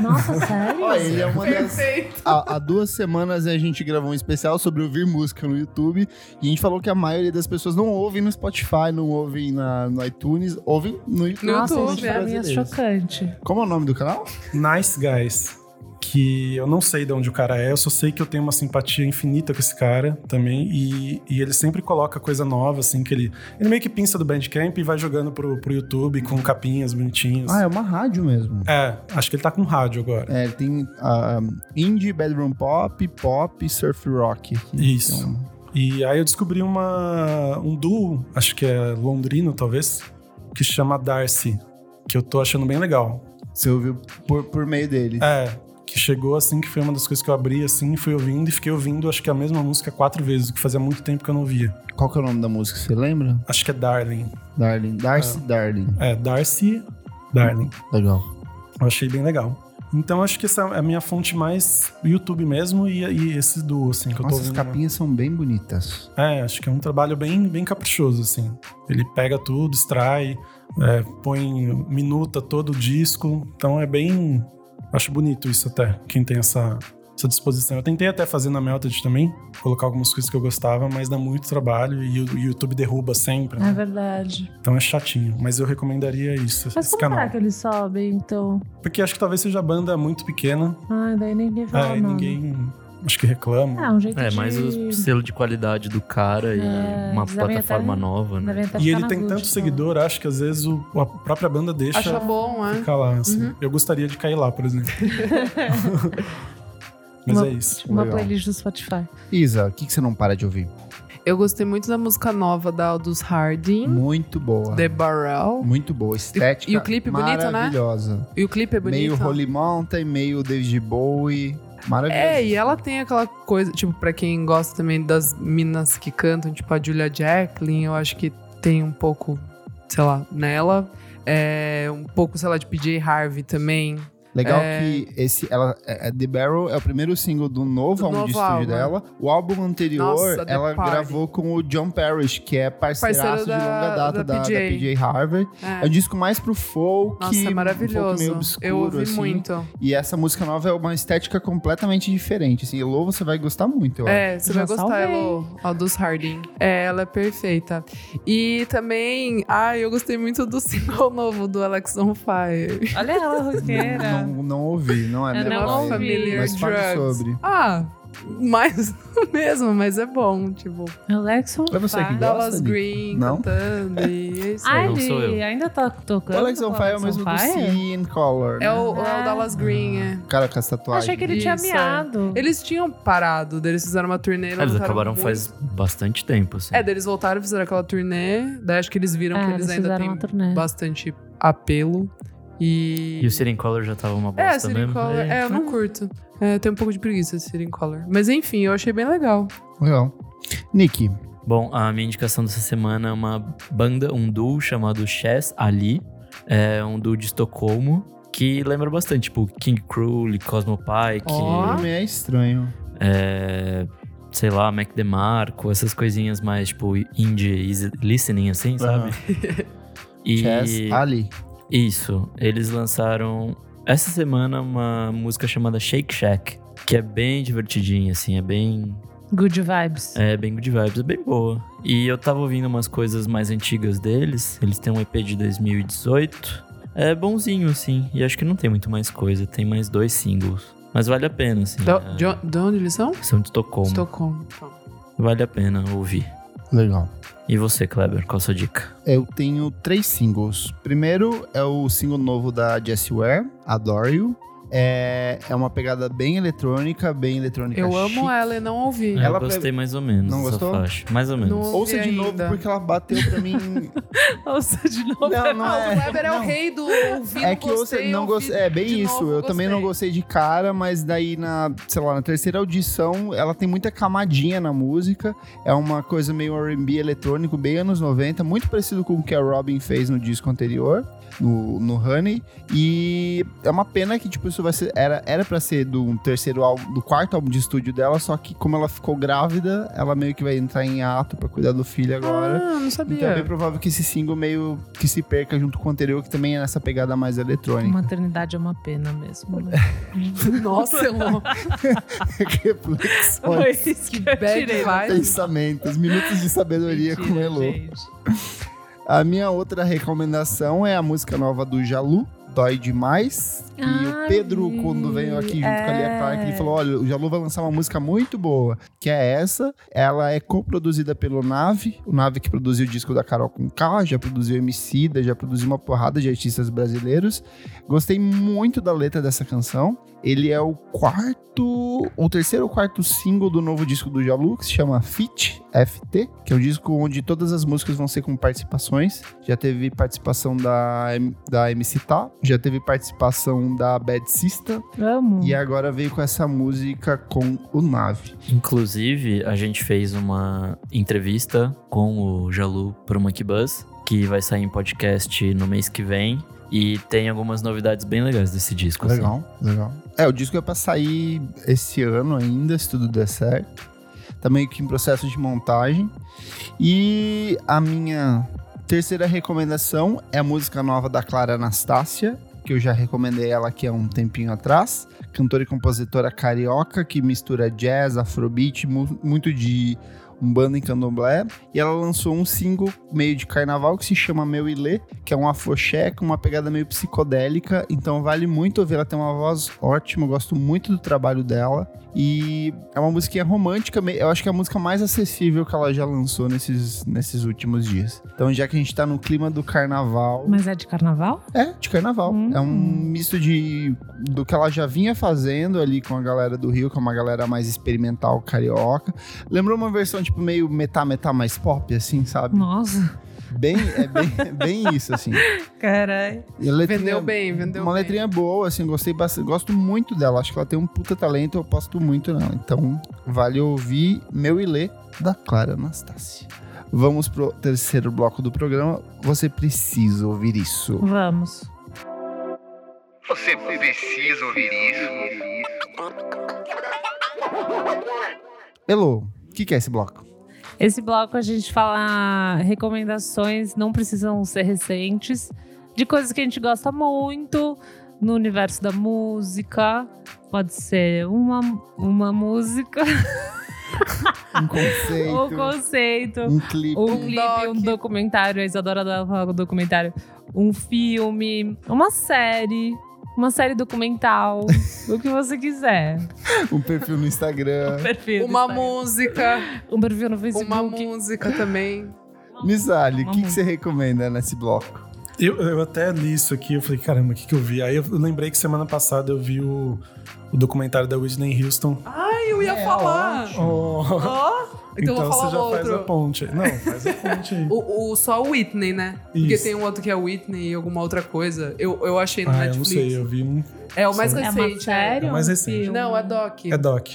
Nossa, sério?
Ó, ele é uma das...
Perfeito.
Há, há duas semanas a gente gravou um especial sobre ouvir música no YouTube e a gente falou que a maioria das pessoas não ouvem no Spotify, não ouvem na, no iTunes, ouvem no YouTube.
Nossa,
YouTube,
gente, pra mim é
brasileiros.
chocante.
Como é o nome do canal?
Nice Guys, que eu não sei de onde o cara é, eu só sei que eu tenho uma simpatia infinita com esse cara também. E, e ele sempre coloca coisa nova, assim, que ele. Ele meio que pinça do Bandcamp e vai jogando pro, pro YouTube com capinhas bonitinhas.
Ah, é uma rádio mesmo.
É, acho que ele tá com rádio agora.
É, ele tem ah, indie, bedroom pop, pop e surf rock. aqui.
Isso.
Então,
E aí eu descobri uma, um duo, acho que é londrino talvez, que chama Darcy, que eu tô achando bem legal.
você ouviu por, por meio dele.
É, que chegou assim, que foi uma das coisas que eu abri assim, fui ouvindo e fiquei ouvindo, acho que a mesma música quatro vezes, o que fazia muito tempo que eu não via.
Qual que é o nome da música, você lembra?
Acho que é Darling.
Darling. Darcy Darling.
É, Darcy, Darling.
Legal.
Eu achei bem legal. Então acho que essa é a minha fonte mais YouTube mesmo e, e esse duo, assim, que eu tô
Nossa, as
ouvindo.
capinhas são bem bonitas.
É, acho que é um trabalho bem, bem caprichoso, assim. Ele pega tudo, extrai, é, põe, minuta todo o disco. Então é bem. Acho bonito isso até, quem tem essa, essa disposição. Eu tentei até fazer na Melted também, colocar algumas coisas que eu gostava, mas dá muito trabalho e o YouTube derruba sempre.
É
né?
verdade.
Então é chatinho. Mas eu recomendaria isso,
Mas
esse
como será
canal.
que eles sobem, então?
Porque acho que talvez seja banda muito pequena,
Ai, daí ninguém fala
é, e
nome.
ninguém. Acho que reclama.
É, um jeito
É,
de...
mais o selo de qualidade do cara e
É,
uma
eles devem
plataforma
até-
nova, né?
Devem até
E
ficar
ele
na
tem
Good, né?
tanto seguidor, acho que às vezes o- a própria banda deixa.
Acha bom, é.
ficar lá, assim. Eu gostaria de cair lá, por exemplo. Mas
Uma-
é isso.
Uma
Legal.
playlist do Spotify.
Isa, o que, que você não para de ouvir?
Eu gostei muito da música nova da Aldous Harding,
Muito boa.
The Barrel.
Muito boa.
Hum?
Estética
E- e o clipe bonito, né?
maravilhosa.
E o clipe é bonito.
Meio Holy Mountain, meio David Bowie. Maravilhoso.
É, e ela tem aquela coisa, tipo, pra quem gosta também das minas que cantam, tipo a Julia Jacqueline, eu acho que tem um pouco, sei lá, nela. É, um pouco, sei lá, de PJ Harvey também.
Legal
É.
que esse, ela, é- é The Barrel é o primeiro single do novo
Do
álbum de
novo
estúdio
álbum.
dela. O álbum anterior,
Nossa, The
ela
Party.
gravou com o John Parrish, que é parceiraço
Parceiro
de
da-
longa data
da
da, da PJ.
PJ.
Harvey. É. um
É.
disco mais pro folk.
Nossa, é
folk
maravilhoso.
um meio obscuro,
eu ouvi
assim.
muito.
E essa música nova é uma estética completamente diferente. Assim, Elô, você vai gostar muito, eu acho.
É, você
Já
vai gostar,
salvei.
Elo, Aldous Harding. É, ela é perfeita. E também, ai, eu gostei muito do single novo do Alex on Fire.
Olha ela,
Não,
roqueira.
não ouvi, não é
Eu
minha
não
praia.
ouvi.
Familiar
Mas fale
Drugs.
sobre.
Ah, mais do mesmo, mas é bom, tipo.
Alexon
É você que
Fire.
gosta?
Dallas
Nico?
Green
Não?
cantando e é isso.
Ah,
Não sou
ele
eu.
ainda tá tocando.
O Alex on Fire é o mesmo do Sea and Color.
É o, é o
Ah.
Dallas Green, é.
O cara com as tatuagens.
Achei que ele tinha
Isso, é.
miado.
Eles tinham parado, daí eles fizeram uma turnê.
Ah, eles
voltaram
acabaram
muito-
faz bastante tempo, assim.
É, daí eles voltaram, fizeram aquela turnê. Daí acho que eles viram
É,
que eles ainda
fizeram
têm
uma turnê.
bastante apelo. E.
E o Siren Color já tava uma
É,
bosta
Siren
mesmo. então
Collar.
aí-
É, eu não curto. É, eu tenho um pouco de preguiça de Siren Collar. Mas enfim, eu achei bem legal.
Legal.
Ah.
Nick,
Bom, a minha indicação dessa semana é uma banda, um duo chamado Chess Ali. É um duo de Estocolmo. que lembra bastante, tipo King Cruel, Cosmo Pike,
Ó.
Não é estranho.
é, sei lá, Mac DeMarco, essas coisinhas mais tipo indie easy listening assim, sabe? E
Ah, Chess Ali.
isso, eles lançaram essa semana uma música chamada Shake Shack, que é bem divertidinha assim, é bem
Good vibes.
é bem good vibes, é bem boa. E eu tava ouvindo umas coisas mais antigas deles, eles têm um EP de 2018. É bonzinho assim, e acho que não tem muito mais coisa, tem mais dois singles. Mas vale a pena, assim.
Da-
é-
de on- de onde eles são?
São de Estocolmo.
Estocolmo. Então.
Vale a pena ouvir.
Legal.
E você, Kleber, qual a sua dica?
Eu tenho três singles. Primeiro é o single novo da Jessie Ware, Adore You. É, é uma pegada bem eletrônica, bem eletrônica
Eu
chique.
amo ela e não ouvi.
Eu
Ela
gostei mais ou menos
Não
dessa
gostou?
faixa. Mais ou menos.
Não-
Ouça de
ouvi
novo,
ainda.
porque ela bateu pra mim...
Ouça de novo.
não, não
Ah,
é...
o Weber é
não.
o rei do ouvido.
É que
gostei,
você não
ouvi
gostei. É bem
de
isso.
novo,
eu também não gostei de cara, mas daí na, sei lá, na terceira audição, ela tem muita camadinha na música. É uma coisa meio R&B eletrônico, bem anos 90, muito parecido com o que a Robin fez no disco anterior, no, no Honey. E é uma pena que tipo isso vai ser era era para ser do terceiro álbum, do quarto álbum de estúdio dela, só que como ela ficou grávida, ela meio que vai entrar em ato pra cuidar do filho agora.
Ah, não
Então é
sabia.
bem provável que esse single meio que se perca junto com o anterior, que também é nessa pegada mais eletrônica.
Maternidade é uma pena mesmo. né?
Nossa, Elon.
Reflexões,
que
Bad vibes.
pensamentos, minutos de sabedoria com o Elo. A minha outra recomendação é a música nova do Jalu, Dói Demais. E o
Ai,
Pedro, quando veio aqui junto com a Lia
é.
Clark, ele falou: olha, o Jalu vai lançar uma música muito boa, que é essa. Ela é coproduzida pelo Nave, o Nave que produziu o disco da Carol Conká, já produziu Emicida, já produziu uma porrada de artistas brasileiros. Gostei muito da letra dessa canção. Ele é o quarto, o terceiro ou quarto single do novo disco do Jalu, que se chama Fit, FT, que é um disco onde todas as músicas vão ser com participações. Já teve participação da, M- da MC Tá, já teve participação da Bad Sista,
Amo.
e agora veio com essa música com o Nave.
Inclusive, a gente fez uma entrevista com o Jalu pro Monkey Buzz, que vai sair em podcast no mês que vem. E tem algumas novidades bem legais desse disco. assim.
Legal, legal. É, o disco é pra sair esse ano ainda, se tudo der certo. Tá meio que em processo de montagem. E a minha terceira recomendação é a música nova da Clara Anastácia, que eu já recomendei ela aqui há um tempinho atrás. Cantora e compositora carioca que mistura jazz, afrobeat, mu- muito de umbanda e candomblé. E ela lançou um single meio de carnaval que se chama Meu Ilê, que é um afoxé com uma pegada meio psicodélica, então vale muito ouvir. Ela tem uma voz ótima, eu gosto muito do trabalho dela. E é uma musiquinha romântica, me- eu acho que é a música mais acessível que ela já lançou nesses, nesses últimos dias. Então, já que a gente tá no clima do carnaval.
Mas é de carnaval?
É, de carnaval.
Hum.
É um misto de do que ela já vinha fazendo ali com a galera do Rio, que é uma galera mais experimental carioca. Lembrou uma versão tipo meio metá metá mais pop assim, sabe?
Nossa,
Bem, é bem, é bem isso assim.
caralho.
E a letrinha-
Vendeu bem, vendeu
uma
bem.
letrinha boa, assim, gostei bastante. Gosto muito dela, acho que ela tem um puta talento, eu aposto muito nela. Então, vale ouvir Meu Ilê, da Clara Anastácia. Vamos pro terceiro bloco do programa. Você precisa ouvir isso.
Vamos.
Você precisa ouvir isso.
Elo, o que, que é esse bloco?
Esse bloco a gente fala recomendações, não precisam ser recentes, de coisas que a gente gosta muito no universo da música. Pode ser uma, uma música,
Um conceito.
ou conceito,
Um clipe.
um clipe,
doc.
um documentário, a Isadora adora falar com documentário, um filme, uma série, uma série documental, o que você quiser.
Um perfil no Instagram.
Perfil. do
Uma
Instagram.
música,
um perfil no Facebook.
uma música também.
Misali, o que, que
Vamos.
você recomenda nesse bloco?
Eu, eu até li isso aqui, eu falei, caramba, o que, que eu vi? Aí eu lembrei que semana passada eu vi o, o documentário da Whitney Houston.
Ai, eu ia falar. É,
Oh,
Ó, então, eu vou
você
falar
já faz a
outro.
ponte. Não, faz a ponte aí.
O, o, só o Whitney, né? Porque
Isso.
tem um outro que é Whitney e alguma outra coisa. Eu, eu achei no
ah, eu não
Netflix.
sei, eu vi um.
É o mais
É
uma
recente.
série
É mais
ou um
recente.
filme?
Não, é Doc.
É Doc.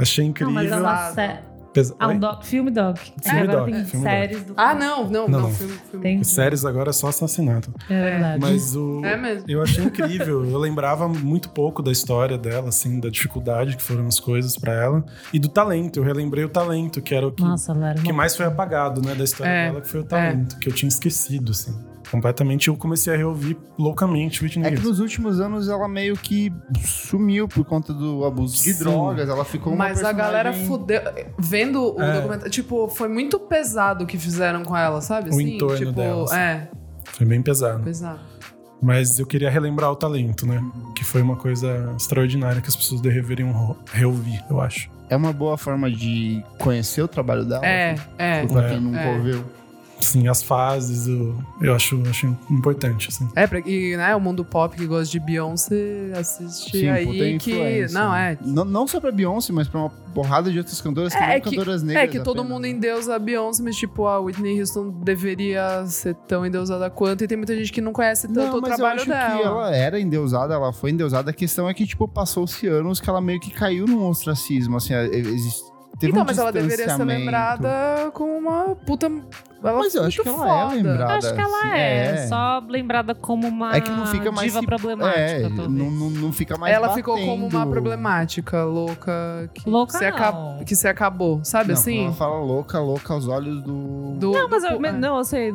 Achei
Não,
incrível.
mas é uma
Incrível.
série.
Pesa-
Ah,
Oi?
um doc, filme doc.
Filme
agora
doc,
tem
filme
séries do.
Ah, não, não,
Não,
não.
não.
filme- filme.
Tem.
Séries agora é só assassinato.
É verdade.
Mas o.
É mesmo.
Eu achei incrível. Eu lembrava muito pouco da história dela, assim, da dificuldade que foram as coisas pra ela. E do talento. Eu relembrei o talento, que era o que,
Nossa, Lara.
que
não-
mais foi apagado, né, da história
É,
dela, que foi o talento, que eu tinha esquecido, assim. Completamente. Eu comecei a reouvir loucamente Whitney
É que
Houston.
nos últimos anos ela meio que sumiu por conta do abuso de
Sim.
drogas. Ela ficou uma
Mas a galera
personagem-
fudeu. Vendo o
um É.
documentário, tipo, foi muito pesado o que fizeram com ela, sabe?
O entorno
tipo,
dela, assim.
é,
Foi bem pesado.
pesado.
Mas eu queria relembrar o talento, né? Que foi uma coisa extraordinária que as pessoas deveriam ro- reouvir, eu acho.
É uma boa forma de conhecer o trabalho dela.
É,
assim,
é.
Pra quem nunca
É.
ouviu.
Sim, Assim, as fases, o- eu acho, acho importante, assim.
É, pra- e né, o mundo pop que gosta de Beyoncé assiste
Sim, puta
aí que.
influência,
Não,
né?
é.
Não, não só pra Beyoncé, mas pra uma porrada de outras cantoras que
É,
não
é que-
cantoras negras.
É que todo
apenas,
mundo
né?
endeusa a Beyoncé, mas tipo, a Whitney Houston deveria ser tão endeusada quanto. E tem muita gente que não conhece tanto
Não,
o
mas
Então, trabalho
eu acho
dela.
que ela era endeusada, ela foi endeusada. A questão é que, tipo, passou-se anos que ela meio que caiu num ostracismo, assim, existe... teve
então,
um
mas ela deveria ser
distanciamento.
lembrada com uma puta. Ela
Mas eu
é
acho
muito
que ela é
foda.
Eu
lembrada.
acho que ela
assim,
é, só lembrada como uma
É que não fica mais...
diva
se-
problemática,
é,
talvez.
não, não, não fica mais
ela ficou como uma
batendo.
problemática louca que
Louca
se,
não.
acab- que se acabou, sabe
Não,
assim?
Ela fala louca, louca aos olhos do...
Do- é.
Não, mas eu,
do-
me- não, eu sei,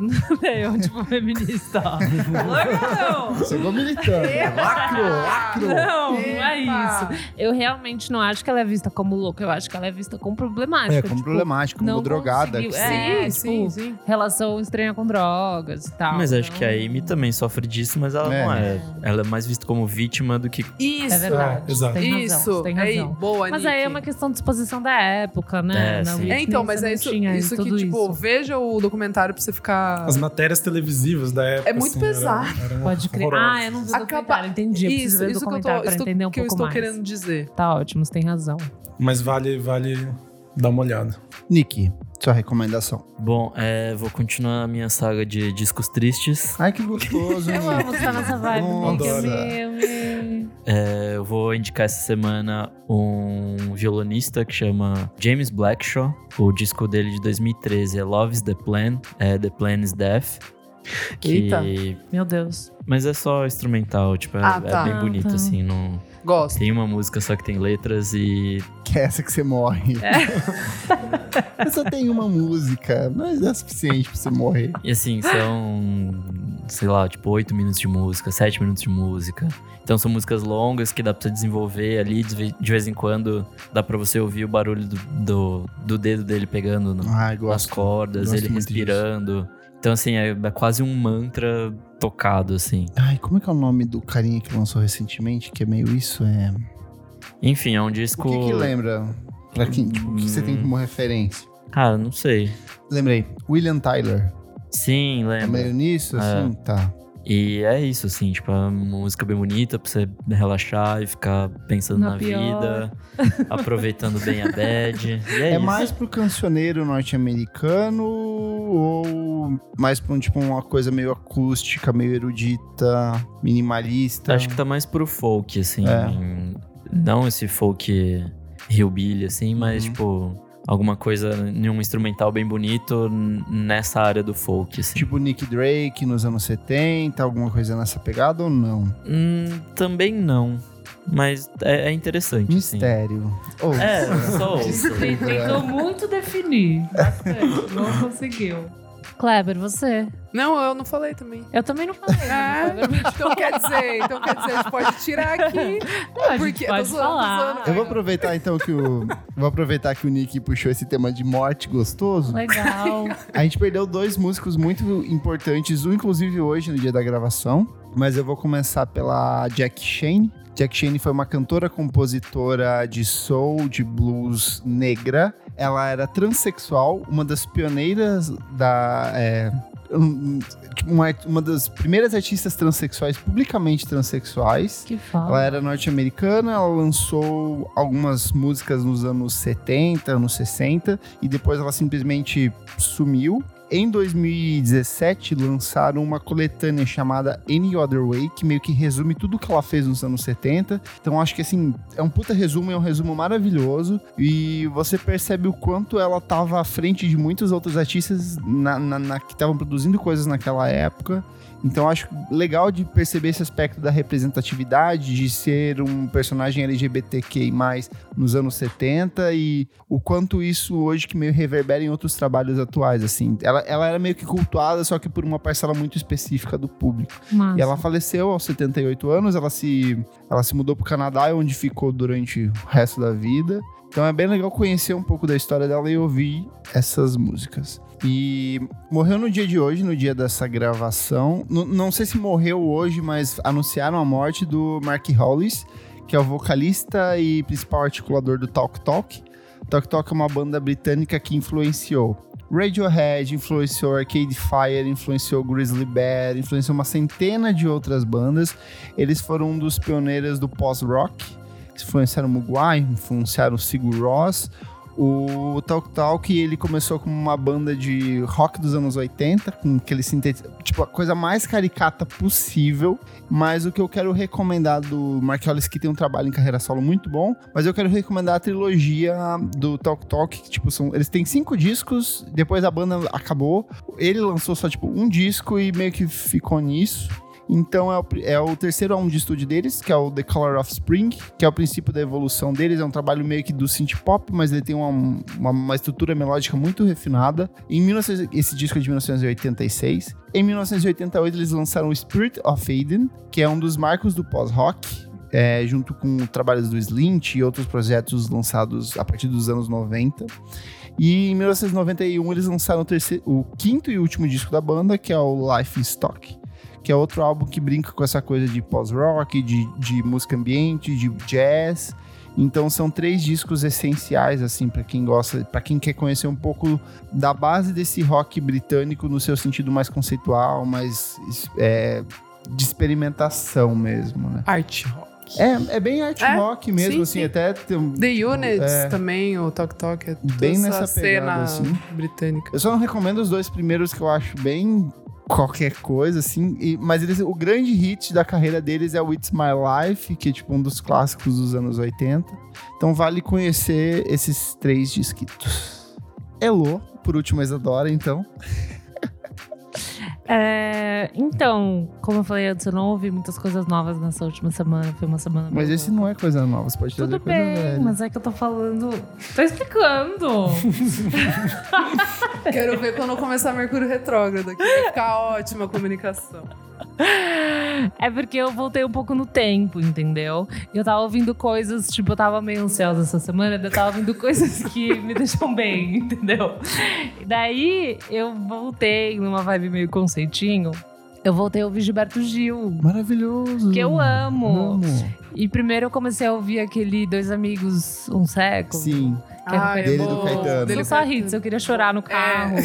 eu tipo feminista. Louca
Chegou militando.
É,
É, lacro, lacro.
não! Não, não é
Epa!
isso. Eu realmente não acho que ela é vista como louca, eu acho que ela é vista como problemática.
É, como
tipo,
problemático, como
não
drogada.
conseguiu-
que
É,
Sim, sim,
tipo,
sim.
Relação estranha com drogas e tal.
Mas acho
então-
que a Amy também sofre disso, mas ela
É.
não é. Ela é mais vista como vítima do que.
Isso.
É verdade.
É, exato.
Tem razão,
isso.
tem
Ei,
razão.
boa,
Mas
Nick.
aí é uma questão de disposição da época, né?
É,
Na
sim.
Whitney,
É, então, mas
você
é
não
isso,
tinha
isso que,
tudo
tipo,
isso.
veja o documentário pra você ficar.
As matérias televisivas da época. assim,
É muito
era-
pesado.
eram
Pode crer.
horrorosas.
Ah, eu não vi o
A capa-
documentário, entendi. Eu preciso
isso,
ver o
isso que eu tô,
documentário pra
isso
entender um
que eu
pouco
estou
mais.
querendo dizer.
Tá ótimo, você tem razão.
Mas vale, vale dar uma olhada.
Nick, sua recomendação.
Bom, é, vou continuar a minha saga de discos tristes.
Ai, que gostoso.
Eu amo
tá
estar nessa vibe, Nick. Eu
Nossa.
me- eu me-
É, eu vou indicar essa semana um violonista que chama James Blackshaw. O disco dele de 2013 é Love's the Plan, é The Plan is Death. Que...
Eita.
Meu Deus.
Mas é só instrumental, tipo, é,
Ah,
é
tá.
bem bonito,
Ah, tá.
assim. Não...
Gosto.
Tem uma música só que tem letras e
Que é essa que você morre.
É.
Eu só tenho uma música, mas é suficiente pra você morrer.
E assim, são, sei lá, tipo, 8 minutos de música, 7 minutos de música. Então são músicas longas que dá pra você desenvolver ali, de ve- de vez em quando dá pra você ouvir o barulho do, do, do dedo dele pegando né? no-
Ai,
nas
gosto.
cordas,
gosto
ele
muito
respirando. Então, assim, é, é quase um mantra tocado, assim.
Ai, como é que é o nome do carinha que lançou recentemente? Que é meio isso, é...
Enfim, é um
O
disco.
que que lembra? Pra quem, tipo, o que você tem como referência?
Cara, Ah, não sei.
Lembrei, William Tyler.
Sim,
É
lembra.
meio nisso, assim?
É.
Tá.
E é isso, assim, tipo, é uma música bem bonita pra você relaxar e ficar pensando
Na
na,
pior.
vida, aproveitando bem a bad. E é,
É
isso.
mais pro cancioneiro norte-americano ou mais pra um, tipo, uma coisa meio acústica, meio erudita, minimalista?
Acho que tá mais pro folk, assim.
É.
em- Não esse folk hillbilly, assim, mas,
Uhum.
tipo, alguma coisa, um instrumental bem bonito n- nessa área do folk, assim.
Tipo Nick Drake nos anos 70, alguma coisa nessa pegada ou não?
Hum, também não, mas é, é interessante, assim.
Mistério. Ou
É, só ouço.
Tentou
né?
muito definir. Bastante. Não conseguiu. Kleber, você?
Não, eu não falei também.
Eu também não falei.
Ah,
né, Kleber?
então quer dizer, então quer dizer, a gente pode tirar aqui.
A gente
porque-
pode
tô zoando, tô
falar.
zoando.
Eu vou aproveitar então que o. vou aproveitar que o Nick puxou esse tema de morte gostoso.
Legal.
A gente perdeu dois músicos muito importantes, um inclusive hoje no dia da gravação. Mas eu vou começar pela Jack Shane. Jack Shane foi uma cantora, compositora de soul, de blues negra. Ela era transexual, uma das pioneiras da. é, um- tipo, uma, uma das primeiras artistas transexuais, publicamente transexuais.
Que
Ela
fala.
era norte-americana, ela lançou algumas músicas nos anos 70, anos 60, e depois ela simplesmente sumiu. em 2017 lançaram uma coletânea chamada Any Other Way, que meio que resume tudo que ela fez nos anos 70. Então acho que assim, é um puta resumo, é um resumo maravilhoso. E você percebe o quanto ela tava à frente de muitos outros artistas na- na- na- que estavam produzindo coisas naquela época. Então acho legal de perceber esse aspecto da representatividade, de ser um personagem LGBTQI+, nos anos 70 e o quanto isso hoje que meio reverbera em outros trabalhos atuais, assim. Ela, ela era meio que cultuada, só que por uma parcela muito específica do público.
Massa.
E ela faleceu aos 78 anos, ela se, ela se mudou pro Canadá, é onde ficou durante o resto da vida. Então é bem legal conhecer um pouco da história dela e ouvir essas músicas. E morreu no dia de hoje, no dia dessa gravação. N- não sei se morreu hoje, mas anunciaram a morte do Mark Hollis, que é o vocalista e principal articulador do Talk Talk. Talk Talk é uma banda britânica que influenciou Radiohead, influenciou Arcade Fire, influenciou Grizzly Bear, influenciou uma centena de outras bandas. Eles foram um dos pioneiros do pós-rock, influenciaram o Mugwai, influenciaram o Sigur Rós. O Talk Talk, ele começou como uma banda de rock dos anos 80, com aquele sintetizador, tipo, a coisa mais caricata possível. Mas o que eu quero recomendar do Mark Hollis, que tem um trabalho em carreira solo muito bom, mas eu quero recomendar a trilogia do Talk Talk, que, tipo, são, eles têm cinco discos, depois a banda acabou, ele lançou só, tipo, um disco e meio que ficou nisso. Então é o, pri- é o terceiro álbum de estúdio deles, que é o The Color of Spring, que é o princípio da evolução deles. É um trabalho meio que do synth pop, mas ele tem uma, uma, uma estrutura melódica muito refinada. Em 1900, esse disco é de 1986. Em 1988 eles lançaram o Spirit of Eden, que é um dos marcos do pós-rock. é, junto com trabalhos do Slint e outros projetos lançados a partir dos anos 90. E em 1991 eles lançaram o, terceiro, o quinto e último disco da banda, que é o Life in Stock que é outro álbum que brinca com essa coisa de pós-rock, de, de música ambiente, de jazz. Então são três discos essenciais assim para quem gosta, para quem quer conhecer um pouco da base desse rock britânico no seu sentido mais conceitual, mais es- é, de experimentação mesmo, né?
Art rock.
É, é bem art
É,
rock mesmo,
sim,
assim,
sim.
até tem,
The Units
É.
também, o Tok Tok. É toda
Bem
essa
nessa
cena
pegada, assim.
britânica.
Eu só não recomendo os dois primeiros que eu acho bem qualquer coisa, assim. e- mas eles, o grande hit da carreira deles é o It's My Life, que é tipo um dos clássicos dos anos 80. Então vale conhecer esses três disquitos. Elô, por último, a Isadora, então.
É, então, como eu falei antes, eu não ouvi muitas coisas novas nessa última semana. Foi uma semana.
Mas
meio
esse não é coisa nova, você pode trazer
Tudo
coisa
bem,
velha.
mas é que eu tô falando. Tô explicando.
Quero ver quando começar Mercúrio Retrógrado, que vai ficar ótima a comunicação.
é porque eu voltei um pouco no tempo, entendeu? Eu tava ouvindo coisas, tipo, eu tava meio ansiosa essa semana, daí eu tava ouvindo coisas que me deixam bem, entendeu? E daí eu voltei numa vibe meio conceitinho. Eu voltei a ouvir Gilberto Gil.
Maravilhoso.
Que eu amo.
Amo.
E primeiro eu comecei a ouvir aquele Dois Amigos, Um Século.
Sim.
Ah,
dele
eu
do
vou-
Caetano.
dele
São só
do É.
hits, eu queria chorar no carro.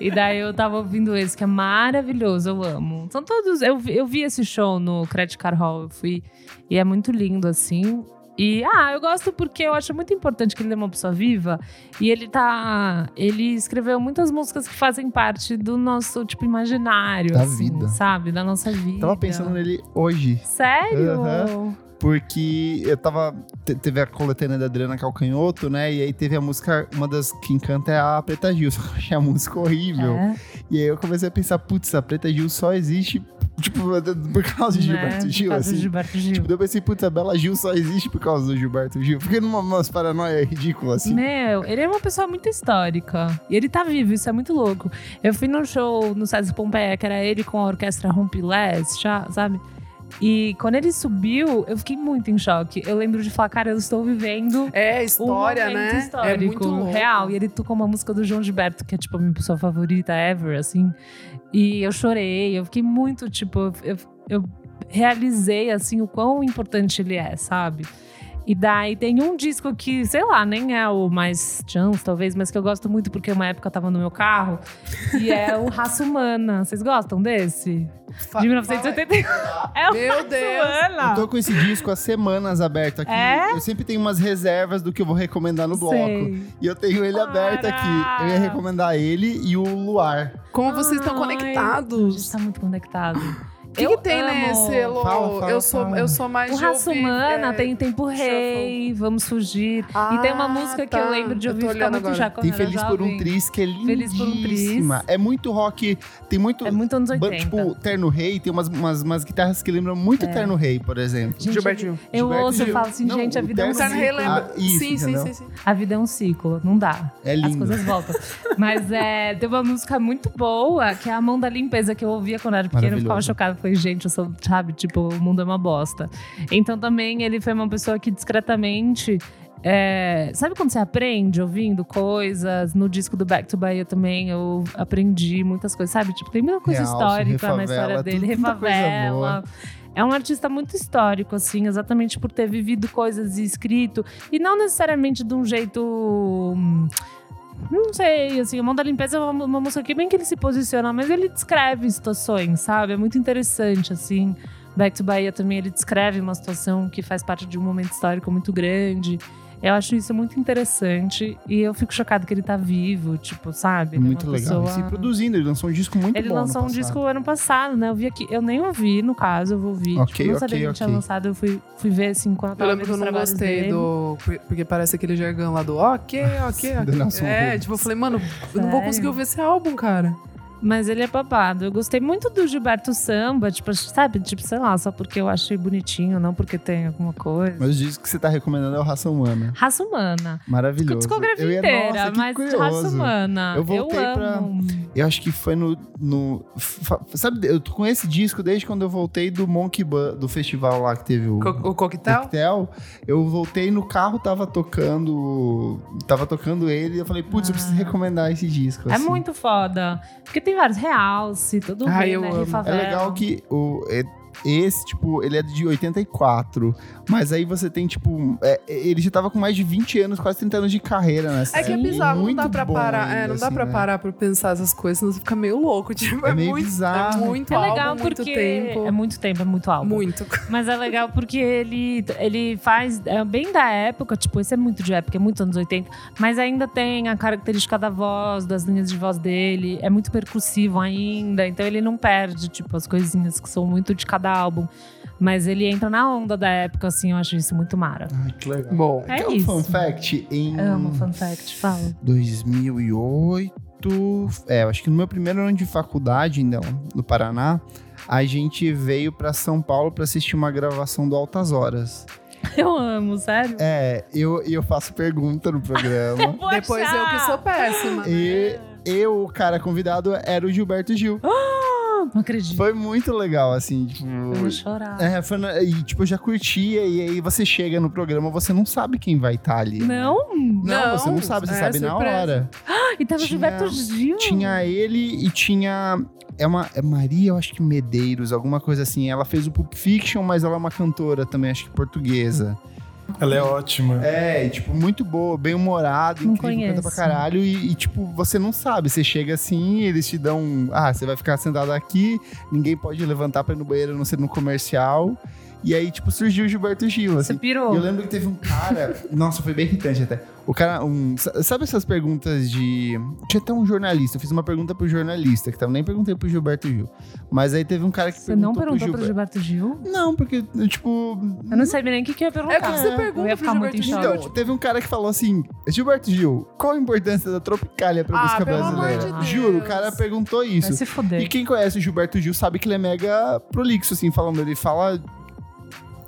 E daí eu tava ouvindo esse, que é maravilhoso, eu amo. São todos. Eu, vi- eu vi esse show no Credit Card Hall, eu fui. E é muito lindo, assim. E, ah, eu gosto porque eu acho muito importante que ele é uma pessoa viva. E ele tá. Ele escreveu muitas músicas que fazem parte do nosso, tipo, imaginário.
Da
assim,
vida.
Sabe? Da nossa vida.
Tava pensando nele hoje.
Sério?
Aham. Porque eu tava. te- Teve a coletânea da Adriana Calcanhoto, né? E aí teve a música. Uma das que encanta é a Preta Gil. Só que eu achei a música horrível.
É.
E aí eu comecei a pensar, putz, a Preta Gil só existe. Tipo, por causa de
Né?
Gilberto
Por
Gil,
causa do
assim.
Gilberto Gil.
Tipo, daí eu pensei, putz, a Bela Gil só existe por causa do Gilberto Gil. Fiquei numa umas paranoia ridícula, assim.
Meu, ele é uma pessoa muito histórica. E ele tá vivo, isso é muito louco. Eu fui num show no César Pompeia, que era ele com a orquestra Rompilés, já- sabe? E quando ele subiu, eu fiquei muito em choque. Eu lembro de falar, cara, eu estou vivendo
É,
um
história,
momento
né?
histórico,
é muito louco.
real. E ele tocou uma música do João Gilberto, que é, tipo, a minha pessoa favorita ever, assim. E eu chorei, eu fiquei muito, tipo, eu, eu realizei, assim, o quão importante ele é, sabe? E daí tem um disco que, sei lá, nem é o mais chance, talvez, mas que eu gosto muito porque uma época tava no meu carro. E é o Raça Humana. Vocês gostam desse? De 1981. É o
Meu
Raça
Deus.
Humana.
Eu tô com esse disco há semanas aberto aqui.
É?
Eu sempre tenho umas reservas do que eu vou recomendar no bloco.
Sei.
E eu tenho ele
Para!
aberto aqui. Eu ia recomendar ele e o Luar.
Como vocês estão
Ai, A gente
conectados?
tá muito conectado.
O que, que tem né, nesse Elo?
Fala, fala,
eu, sou,
fala.
eu sou mais
O
de
Raça
ouvir,
Humana
é,
tem um Tempo
shuffle.
Rei, Vamos Fugir.
Ah,
e tem uma música que
tá.
eu lembro de
Eu
ouvir
tô
ficar
olhando
muito
agora.
já quando
Tem
eu era
Feliz por um
jovem.
Tris, que é
Feliz por um Tris.
lindíssima. É muito rock, tem muito...
É muito anos
But,
80.
tipo, Terno Rei, tem umas, umas, umas guitarras que lembram muito
É.
Terno Rei, por exemplo.
Gente,
Gilbertinho.
Eu
Gilberto
ouço, eu
Gil.
falo assim,
Não,
gente, a
o
vida é um
Terno
Você
ciclo.
Rei
relembra?
Ah, isso,
sim, sim,
entendeu?
sim, sim.
A vida é um ciclo, não dá.
É
As
lindo.
coisas voltam. Mas é, tem uma música muito boa, que é A Mão da Limpeza, que eu ouvia quando era pequena, eu ficava
Maravilhoso.
chocada. Falei, gente, eu sou, sabe, tipo, o mundo é uma bosta. Então também ele foi uma pessoa que discretamente. é, sabe quando você aprende ouvindo coisas? No disco do Back to Bahia também eu aprendi muitas coisas, sabe? Tipo, tem muita coisa
Realce,
histórica na
Refavela,
história dele,
tudo- muita coisa
Refavela.
boa.
É um artista muito histórico, assim, exatamente por ter vivido coisas e escrito. E não necessariamente de um jeito. hum, Não sei, assim, o Mão da Limpeza é uma, uma música que bem que ele se posiciona, mas ele descreve situações, sabe? É muito interessante, assim. Back to Bahia também, ele descreve uma situação que faz parte de um momento histórico muito grande. Eu acho isso muito interessante e eu fico chocado que ele tá vivo, tipo, sabe? Ele é
Muito
uma
legal.
pessoa-
E se produzindo, ele lançou um disco muito
ele
bom ano
lançou um
passado.
disco ano passado, né? Eu vi aqui, eu nem ouvi, no caso, eu vou ouvir.
Ok,
tipo, eu não
ok,
sabia que ele tinha
ok.
lançado, eu fui, fui ver assim quando eu
Eu
tava
lembro que eu
vendo os
não
trabalhos
gostei
dele.
do. por- Porque parece aquele jargão lá do ok, ok,
Do Nelson
ok. É,
Rubens.
tipo, eu falei, mano, eu não vou
Sério?
conseguir ouvir esse álbum, cara.
Mas ele é babado. Eu gostei muito do Gilberto Samba, tipo, sabe? Tipo, sei lá, só porque eu achei bonitinho, não porque tem alguma coisa.
Mas o disco que você tá recomendando é o Raça Humana.
Raça humana.
Maravilhoso.
Discografia
Eu ia-
inteira,
Nossa, que
mas
curioso.
raça humana.
Eu voltei pra-
amo.
Eu acho que foi no. no fa- sabe, eu tô com esse disco desde quando eu voltei do Monkey Bun, do festival lá que teve o.
Co- O coquetel?
Coquetel, eu voltei no carro, tava tocando. Tava tocando ele e eu falei, putz, eu
Ah.
preciso recomendar esse disco.
É
assim.
muito foda. Porque tem vários realce, tudo
Ai,
bem,
eu
né?
amo.
É
Refavela.
legal que o, é- esse, tipo, ele é de 84. Mas aí você tem, tipo. é- ele já tava com mais de 20 anos, quase 30 anos de carreira nessa
É que é
época.
bizarro, não
Muito
dá pra
bom
parar.
ainda,
é, não dá
assim,
pra
né?
parar pra pensar essas coisas, senão você fica meio louco. Tipo,
É
é,
meio
muito,
bizarro.
É muito
É
álbum,
legal
muito
porque
tempo.
é muito tempo, é muito álbum.
Muito.
Mas é legal porque ele, ele faz é, bem da época, tipo, esse é muito de época, é muito anos 80, mas ainda tem a característica da voz, das linhas de voz dele, é muito percussivo ainda, então ele não perde, tipo, as coisinhas que são muito de cada álbum. Mas ele entra na onda da época, assim, eu acho isso muito mara.
Ai, que legal.
Bom,
É
Quer um
isso.
fun fact em.
Amo fun fact, fala.
2008. É, eu acho que no meu primeiro ano de faculdade, ainda no Paraná, a gente veio pra São Paulo pra assistir uma gravação do Altas Horas.
Eu amo, sério.
É, eu, eu faço pergunta no programa.
Vou
depois eu
achar!
que sou péssima.
e eu, o cara convidado, era o Gilberto Gil.
Ah, Não acredito.
Foi muito legal, assim, tipo.
Eu vou chorar.
É, foi na- e tipo, eu já curtia, e aí você chega no programa, você não sabe quem vai estar ali. né?
Não?
Não,
Não,
você não sabe, você
é
sabe na
surpresa.
hora.
E tava o
Tinha-
Gilberto Gil.
Tinha ele e tinha. É uma. É Maria, eu acho que Medeiros, alguma coisa assim. Ela fez o Pulp Fiction, mas ela é uma cantora também, acho que portuguesa.
Ela é ótima.
É, e, tipo, muito boa, bem humorada,
Não
incrível, canta pra
conheço.
caralho. E, e, tipo, você não sabe. Você chega assim, eles te dão. um, Ah, você vai ficar sentado aqui, ninguém pode levantar pra ir no banheiro a não ser no comercial. E aí, tipo, surgiu o Gilberto Gil,
Você
assim.
pirou.
Eu lembro que teve um cara. Nossa, foi bem irritante até. O cara. Um, sa- sabe essas perguntas de. Tinha até um jornalista. Eu fiz uma pergunta pro jornalista, que tava, nem perguntei pro Gilberto Gil. Mas aí teve um cara que
Você não
perguntou
perguntou pro
Gilberto.
Gilberto Gil?
Não, porque, tipo.
Eu não sabia nem o que, que eu ia perguntar.
É o que você pergunta
eu ia
pro
ficar muito em
Gilberto Gil.
choque.
Então, teve um cara que falou assim: Gilberto Gil, qual a importância da Tropicália pra
Ah,
música
pelo amor
brasileira?
de
Juro, o
Deus.
cara perguntou
Vai
isso.
se
Então, E
fuder.
quem conhece o Gilberto Gil sabe que ele é mega prolixo, assim, falando. Ele fala.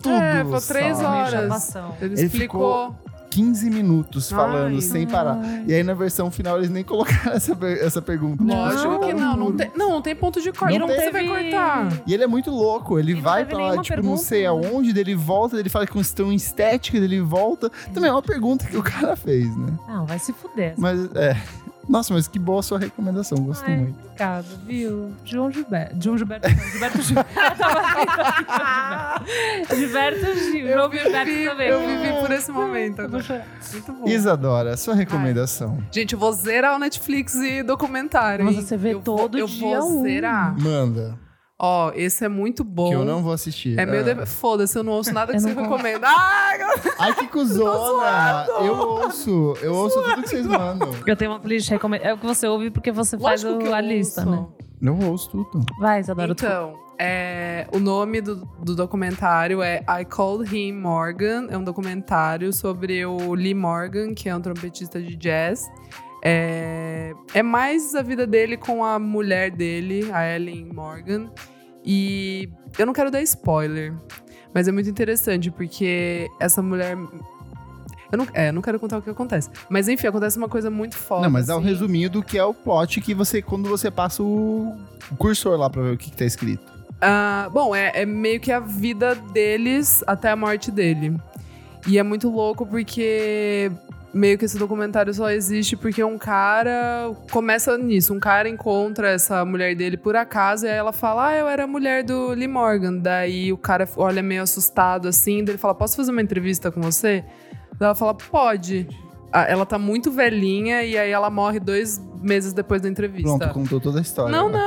Tudo,
É, foi três
sabe?
horas.
Chapação.
Ele,
Ele
explicou.
15 minutos
Ai.
falando sem parar.
Ai.
E aí na versão final eles nem colocaram essa, per- essa pergunta.
Lógico
Não.
que não. Não tem, não, não tem ponto de corte.
E não
como você
teve-
vai cortar.
E ele é muito louco, ele
E não
vai
teve
pra lá,
nenhuma
tipo, não sei
pergunta,
aonde, dele volta, ele fala com questão estética, dele volta. Também é uma pergunta que o cara fez, né?
Não, vai se fuder.
Mas é, Nossa, mas que boa a sua recomendação, gosto
Ai,
muito.
Obrigado, viu? João Gilberto. João Gilberto. não, Gilberto Gil. Eu tava tentando Gilberto Gilberto Gil. João Gilberto também.
Eu vivi por esse momento.
Eu vou
agora.
chorar.
Muito bom.
Isadora, sua recomendação.
Gente, eu vou zerar o Netflix e documentário.
Nossa,
hein?
você vê
eu vou-
todo
eu
dia
vou
um.
zerar.
Manda.
Ó, esse é muito bom.
Que eu não vou assistir.
É meu
Ah.
dever. Foda-se, eu não ouço nada que
Eu
você
não con-
recomenda. Ah, Ai,
Ai, que cuzona! Eu ouço, eu ouço tudo que vocês mandam.
Eu tenho uma playlist recomendada. É o que você ouve porque você faz
lógico que
o-
eu
a lista,
ouço.
né?
Eu ouço tudo.
Vai, Isadora. tu-
Então, é, o nome do, do documentário é I Called Him Morgan. É um documentário sobre o Lee Morgan, que é um trompetista de jazz. É, é mais a vida dele com a mulher dele, a Ellen Morgan. E eu não quero dar spoiler, mas é muito interessante, porque essa mulher. Eu não, é, eu não quero contar o que acontece. Mas enfim, acontece uma coisa muito foda.
Não, mas dá um
assim.
resuminho do que é o plot que você, quando você passa o cursor lá pra ver o que, que tá escrito.
Ah, bom, é, é meio que a vida deles até a morte dele. E é muito louco porque meio que esse documentário só existe porque um cara começa nisso. Um cara encontra essa mulher dele por acaso e aí ela fala: Ah, eu era a mulher do Lee Morgan. Daí o cara olha meio assustado assim, daí ele fala: Posso fazer uma entrevista com você? Daí ela fala: Pode. Ah, Ela tá muito velhinha e aí ela morre dois meses depois da entrevista.
Pronto, contou toda a história.
não,
né?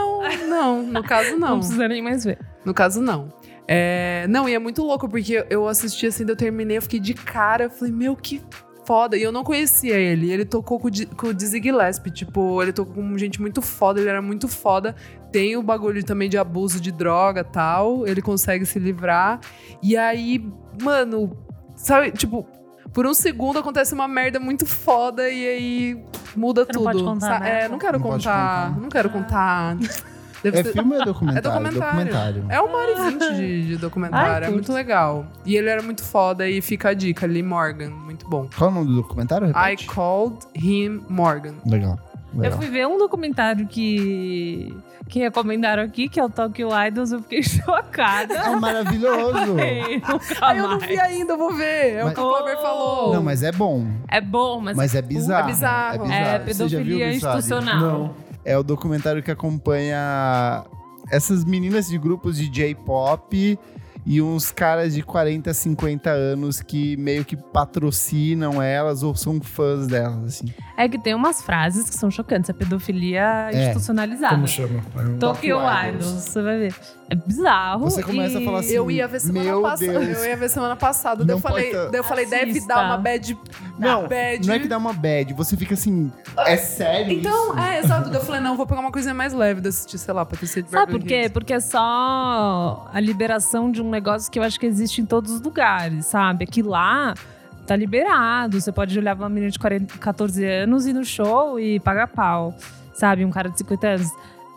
não, não. No caso,
Não.
não.
precisa nem mais ver.
No caso, não. É, não, e é muito louco, porque eu assisti assim, daí eu terminei, eu fiquei de cara, eu falei, meu, que foda. E eu não conhecia ele. Ele tocou com, o Di- com o Dizzy Gillespie, tipo, ele tocou com gente muito foda, ele era muito foda. Tem o bagulho também de abuso de droga tal, ele consegue se livrar. E aí, mano, sabe, tipo, por um segundo acontece uma merda muito foda e aí muda
Você não
tudo.
pode contar,
Sa-
né? Ah.
É, não quero
Não pode
contar,
contar.
não quero contar. Deve
É
ser-
filme ou é documentário?
documentário. é uma hora e vinte de, de documentário,
Ai,
é muito
curto.
legal. E ele era muito foda e fica a dica, Lee Morgan, muito bom.
Qual é o nome do documentário?
I
Repete.
called him Morgan.
Legal.
Eu
Legal.
fui ver um documentário que, que recomendaram aqui, que é o Tokyo Idols. Eu fiquei chocada.
É maravilhoso.
Ei, nunca
Ah, eu não
mais.
vi ainda, eu vou ver. É o
Mas-
que o Kleber falou.
Não, mas é bom.
É bom, mas,
Mas é bizarro.
é bizarro.
é
Você já viu
pedofilia
Bizarre?
institucional.
Não.
É o documentário que acompanha essas meninas de grupos de J-pop e uns caras de 40, 50 anos que meio que patrocinam elas ou são fãs delas, assim.
É que tem umas frases que são chocantes. É pedofilia
É.
institucionalizada.
Como chama? É um-
Tokyo
Tokyo
Idols,
Idols,
você vai ver. É bizarro.
Você começa
e-
a falar assim,
Eu ia ver semana
Meu
passada.
Deus.
Eu ia ver semana passada. Daí
Não
eu falei,
pode-
daí eu falei deve
Assista.
dar uma bad.
Não,
bad.
Não é que dá uma bad, você fica assim, é sério
Então,
isso?
é, exato. Daí eu falei, não, vou pegar uma coisinha mais leve de assistir, sei lá, Patrícia de
Sabe
Beverly
por quê?
Hills.
Porque é só a liberação de um negócio que eu acho que existe em todos os lugares, sabe? É que lá tá liberado. Você pode olhar uma menina de 40, 14 anos e ir no show e pagar pau, sabe? Um cara de 50 anos.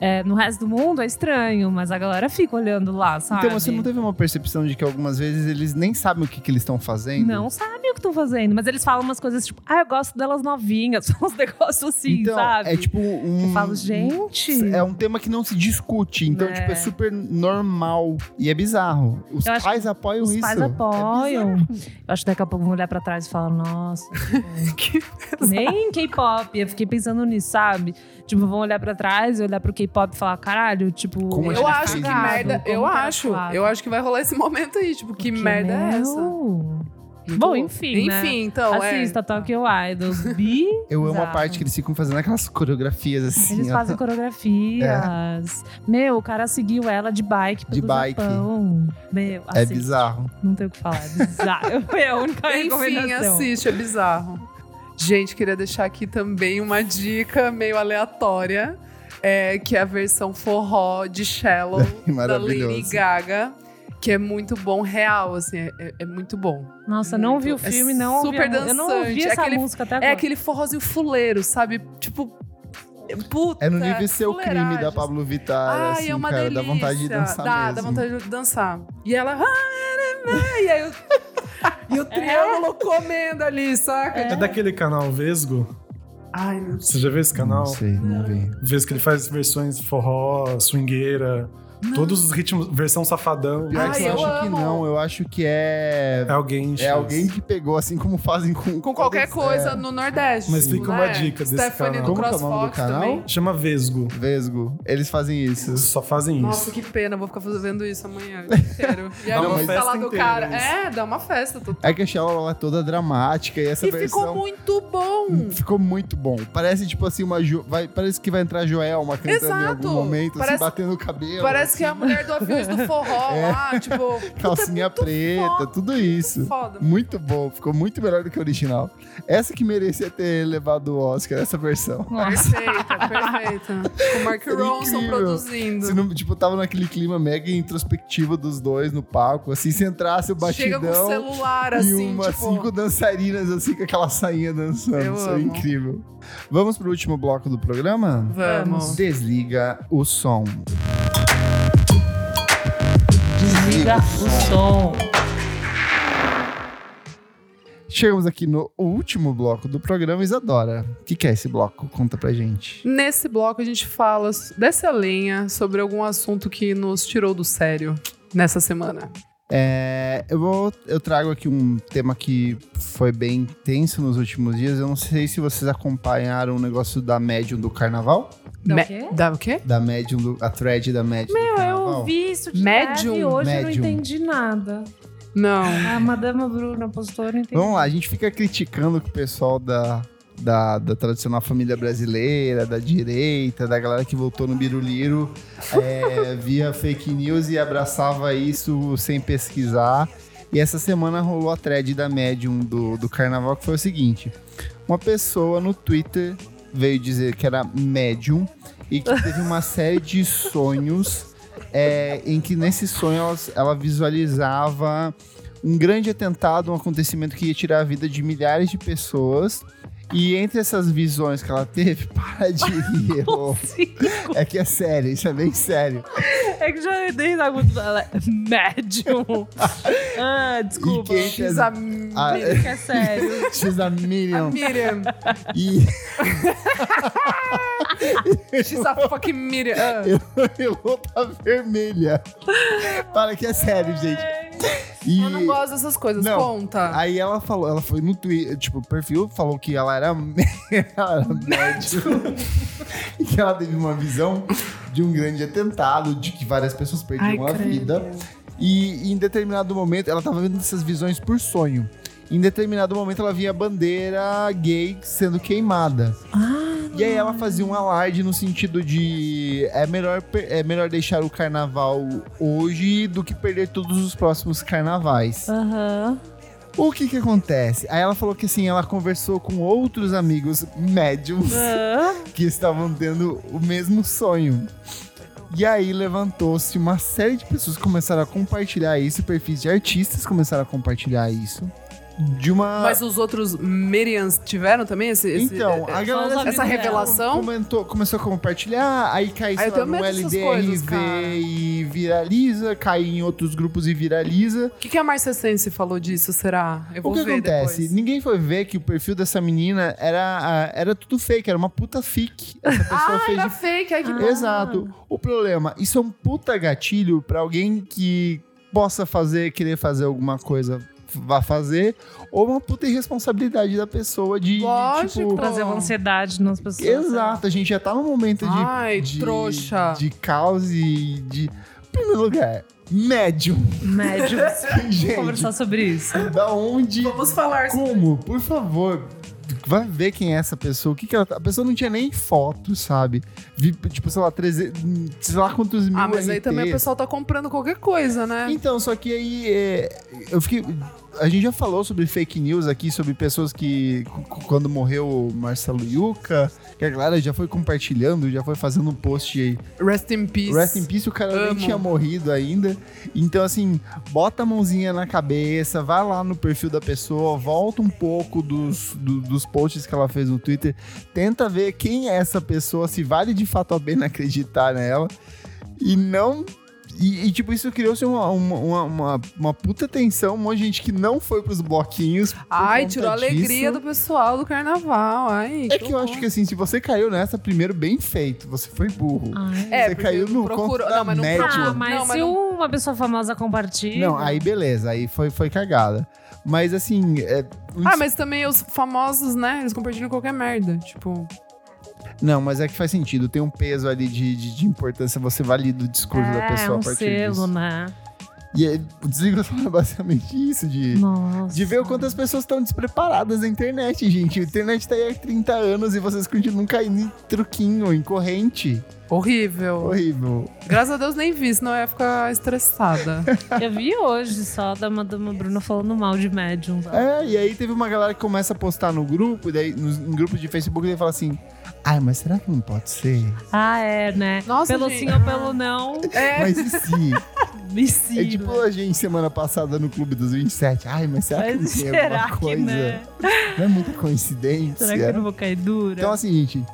É, no resto do mundo é estranho, mas a galera fica olhando lá, sabe?
Então você não teve uma percepção de que algumas vezes eles nem sabem o que, que eles estão fazendo?
Não sabem o que estão fazendo, mas eles falam umas coisas tipo, ah, eu gosto delas novinhas, uns negócios assim,
então,
sabe?
é tipo um...
Eu falo, gente.
É um tema que não se discute, então,
É.
tipo, é super normal e é bizarro. Os
Eu acho
pais apoiam
Os
isso.
pais
É
apoiam. eu acho que daqui a pouco vão olhar pra trás e falar, nossa. que bom." Nem K-pop. Eu fiquei pensando nisso, sabe? Tipo, vão olhar pra trás e olhar pro K-pop e falar, caralho, tipo.
Como é a
Eu
gente
acho que
fez isso?
um
merda.
tá
Eu acho. Eu acho que vai rolar esse momento aí. Tipo, que, merda é essa? Muito
Bom,
louco.
enfim, né?
Enfim, então. é-
Assista tá Tokyo Idols. Bi.
Eu amo a
Bizarro.
parte que eles ficam fazendo aquelas coreografias assim.
Eles
ó.
fazem coreografias. Meu, o cara seguiu ela de bike pelo
De bike.
Japão. Meu,
É
assiste.
bizarro.
Não tem o que falar. É bizarro. Foi a única
Enfim,
recomendação.
assiste, é bizarro. Gente, queria deixar aqui também uma dica meio aleatória, é, que é a versão forró de Shallow da Lady
Maravilhoso.
Gaga, que é muito bom, real, assim, é, é- é muito bom.
Nossa, não vi o
Muito. É
filme, não ouvi
super
a música. Eu não ouvi
dançante. É
essa
aquele-
música até
É
agora.
aquele forrozinho fuleiro, sabe? Tipo, puta.
É no nível Seu Crime da
fuleiragem.
Pablo Vittar,
Ai,
assim,
é uma
cara.
delícia.
Dá vontade de dançar
dá,
mesmo.
Dá vontade de dançar. E ela... "Ah, né, E aí eu... E o triângulo comendo ali, saca? Tipo,
É daquele canal Vesgo?
Ai, meu Deus.
Você já viu esse
Não
canal?
sei, não vi.
Vesgo que ele faz versões forró, swingueira, Todos os ritmos, versão safadão.
Ai,
Pior que eu
eu
acho que
amo.
não, eu acho que é.
É alguém.
É
X.
alguém que pegou, assim como fazem com.
Com qualquer
todos,
coisa
é,
no Nordeste.
Mas fica uma
né?
dica desse
Stephanie
canal.
do
Como que é o nome do
CrossFox
canal?
também.
Chama Vesgo.
É, Vesgo. Eles fazem isso.
Só fazem
Nossa,
isso.
que pena, vou ficar fazendo isso amanhã o dia inteiro. E aí
Dá
eu
uma
vou falar
festa
do
inteira
cara.
nisso.
É, dá uma festa. Tô...
É que a Shell é toda dramática e essa
E
versão.
ficou muito bom.
Ficou muito bom. Parece tipo assim, uma jo- vai, parece que vai entrar Joelma cantando em
Exato.
algum momento, assim,
Parece-
batendo o cabelo.
Parece que é a mulher do aviões do forró lá, tipo. puta,
É.
é
calcinha
muito
preta,
foda,
tudo
muito
isso.
Foda.
Muito bom, ficou muito melhor do que a original. Essa que merecia ter levado o Oscar, essa versão.
Perfeita, perfeita. Com o Mark
Seria
Ronson
incrível.
produzindo.
Se não, tipo, tava naquele clima mega introspectivo dos dois no palco, assim, se entrasse o
Chega
batidão
com o celular,
e
assim,
umas
tipo.
cinco dançarinas, assim, com aquela sainha dançando.
Eu
Isso é
amo.
incrível. Vamos pro último bloco do programa?
Vamos.
Desliga o som.
Desliga o som.
Chegamos aqui no último bloco do programa, Isadora. O que, que é esse bloco? Conta pra gente.
Nesse bloco a gente fala dessa lenha sobre algum assunto que nos tirou do sério nessa semana.
É, eu, vou, eu trago aqui um tema que foi bem tenso nos últimos dias. Eu não sei se vocês acompanharam o negócio da médium do carnaval.
Dá o
Me-
quê?
Dá o quê?
Da médium, do, a thread da médium do
Eu
carnaval.
ouvi isso de
Médium.
leve e hoje eu não
Tá Médium.
entendi nada.
Não.
A Madama Bruna postou, eu não entendi.
Vamos lá, a gente fica criticando que o pessoal da, da, da tradicional família brasileira, da direita, da galera que voltou no Biruliro, é, via fake news e abraçava isso sem pesquisar. E essa semana rolou a thread da Medium do, do carnaval, que foi o seguinte: uma pessoa no Twitter veio dizer que era médium e que teve uma série de sonhos é, em que nesse sonho ela, ela visualizava um grande atentado, um acontecimento que ia tirar a vida de milhares de pessoas. E entre essas visões que ela teve, para de rir. ô. é que é sério, isso é bem sério.
É que já dei na muito dela. Médium. ah,
E
desculpa.
que entre as,
Fiz a,
a,
Ele que é sério.
X a
a
Miriam
Miriam.
e
She's a fucking Miriam. Ah.
Elota Vermelha. Para que é sério, gente. E
Eu não gosto dessas coisas.
Não.
Conta.
aí ela falou, ela foi no Twitter, tipo, perfil, falou que ela era, ela era médium. e que ela teve uma visão de um grande atentado, de que várias pessoas perdiam a vida. E em determinado momento, ela tava vendo essas visões por sonho. Em determinado momento, ela via a bandeira gay sendo queimada. e aí ela fazia um alarde no sentido de é melhor, per- é melhor deixar o carnaval hoje do que perder todos os próximos carnavais.
Aham.
O que que acontece? Aí ela falou que assim, ela conversou com outros amigos médiums
Aham.
que estavam tendo o mesmo sonho. E aí levantou-se uma série de pessoas que começaram a compartilhar isso, perfis de artistas começaram a compartilhar isso. De uma.
Mas os outros Miriams tiveram também esse. esse- é,
então, a
os
galera
amigos
essa revelação? Ah,
comentou, começou a compartilhar, aí cai sei
eu
lá,
tenho
no
medo dessas coisas,
LDRV
cara.
e viraliza, cai em outros grupos e viraliza.
O que, que a Marcia Sense falou disso? Será? Eu vou
O que
ver
acontece?
depois.
Ninguém foi ver que o perfil dessa menina era, ah, era tudo fake, era uma puta fic. Essa pessoa
Ah,
fez.
era
de-
fake. Ai, que bom.
Exato. O problema, isso é um puta gatilho pra alguém que possa fazer, querer fazer alguma coisa, vá fazer, ou uma puta irresponsabilidade da pessoa de. de,
Lógico. né?
tipo,
Trazer uma ansiedade nas pessoas. né?
Exato, a gente já tá no momento de.
Ai,
de,
trouxa.
De caos e de. Em primeiro lugar, médium.
Médium.
Gente.
Vamos conversar sobre isso.
Da onde.
Vamos falar.
Como? Por favor. Vai ver quem é essa pessoa. O que que ela tá- A pessoa não tinha nem foto, sabe? Vi, tipo, sei lá, 300, sei lá quantos mil
Ah, mas aí
RT.
também o pessoal tá comprando qualquer coisa, né?
Então, só que aí é, eu fiquei. A gente já falou sobre fake news aqui, sobre pessoas que. c- c- Quando morreu o Marcelo Yuca, que a galera já foi compartilhando, já foi fazendo um post aí.
Rest in peace.
Rest in peace, o cara nem
Amo.
tinha morrido ainda. Então, assim, bota a mãozinha na cabeça, vai lá no perfil da pessoa, volta um pouco dos, do- dos posts que ela fez no Twitter, tenta ver quem é essa pessoa, se vale de fato a pena acreditar nela. E não E, e, tipo, isso criou-se uma, uma, uma, uma- uma puta tensão, um monte de gente que não foi pros bloquinhos. por
Ai,
conta
tirou a alegria
disso.
do pessoal do carnaval. Ai,
É que eu acho que assim, se você caiu nessa, primeiro bem feito, você foi burro.
Ai.
É,
você
porque
caiu no
procurou-
conto
não,
da
mas não
média.
procurou.
Ah, mas,
Não, mas
se
não-
uma pessoa famosa compartilha.
É, tipo, Não, aí beleza, aí foi, foi cagada. Mas assim, é,
Ah, mas também os famosos, né? Eles compartilham qualquer merda. Tipo,
não, mas é que faz sentido. Tem um peso ali de, de, de importância, você valida o discurso da
é, é
pessoa
um
a partir
selo,
disso.
né?
E é, o desligo é basicamente isso, de...
Nossa.
De ver o quanto as pessoas estão despreparadas na internet, gente. A internet tá aí há 30 anos e vocês continuam caindo em truquinho, em corrente.
horrível.
Horrível.
Graças a Deus nem vi, senão eu ia ficar estressada.
Eu vi hoje só da Madama Bruna falando mal de médium.
É, e aí teve uma galera que começa a postar no grupo, e daí nos, em grupos de Facebook, e fala assim: Ai, mas será que não pode ser?
Ah, é, né?
Nossa,
pelo
gente.
sim ou pelo não,
É,
Mas e se?
me siga.
é tipo a gente semana passada no Clube dos 27. Ai, mas será que não
Mas
tem
será
alguma
que,
coisa?
né?
Não é muita coincidência.
Será que eu não vou cair dura?
Então, assim, gente,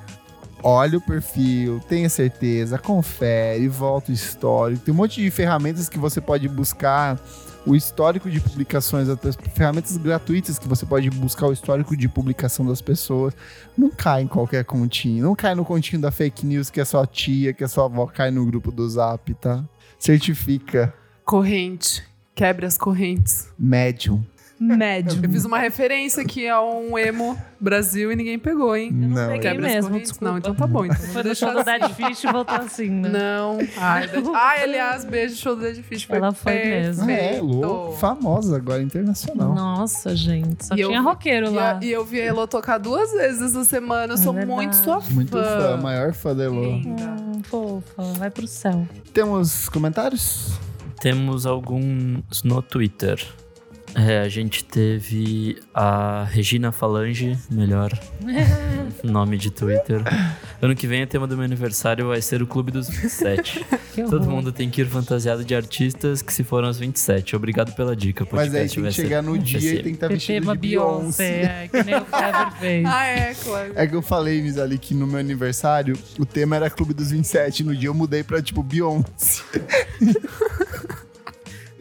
olha o perfil, tenha certeza, confere, volta o histórico. Tem um monte de ferramentas que você pode buscar o histórico de publicações, outras ferramentas gratuitas que você pode buscar o histórico de publicação das pessoas. Não cai em qualquer continho. Não cai no continho da fake news que é sua tia, que é sua avó, cai no grupo do zap, tá? Certifica.
corrente. Quebre as correntes.
Médium.
Médium.
Eu fiz uma referência aqui a um emo Brasil e ninguém pegou, hein?
Não,
peguei.
Quebra as
mesmo,
correntes?
desculpa.
Não, então tá bom. Então
Foi
vou
no
deixar
show do
assim.
Dead Fish e voltou assim, né?
Não. Ai, Dead- Ai, aliás, beijo, show do Dead Fish. Foi
Ela foi
perfeito.
mesmo.
é, louco. Famosa agora, internacional.
Nossa, gente. Só
E eu
tinha
vi-
roqueiro
E,
lá.
a- e eu vi a Elo tocar duas vezes essa semana. Eu sou
É
muito
verdade.
sua fã.
Muito fã, maior fã da Elô.
Linda.
Hum, fofa, vai pro céu.
Temos comentários?
Temos alguns no Twitter. É, a gente teve a Regina Falange, melhor nome de Twitter. Ano que vem o tema do meu aniversário vai ser o Clube dos 27.
Que
Todo
horror.
mundo tem que ir fantasiado de artistas que se foram aos 27. Obrigado pela dica.
Mas aí
podcast
tem
vai
que
ser-
chegar no
vai
dia e
ser-
tem que estar tá vestido
Tema
de Beyoncé.
Beyoncé, é, que nem o Clever fez.
Ah, é, claro.
É que eu falei, Miss, ali, que no meu aniversário o tema era Clube dos 27. No dia eu mudei pra, tipo, Beyoncé.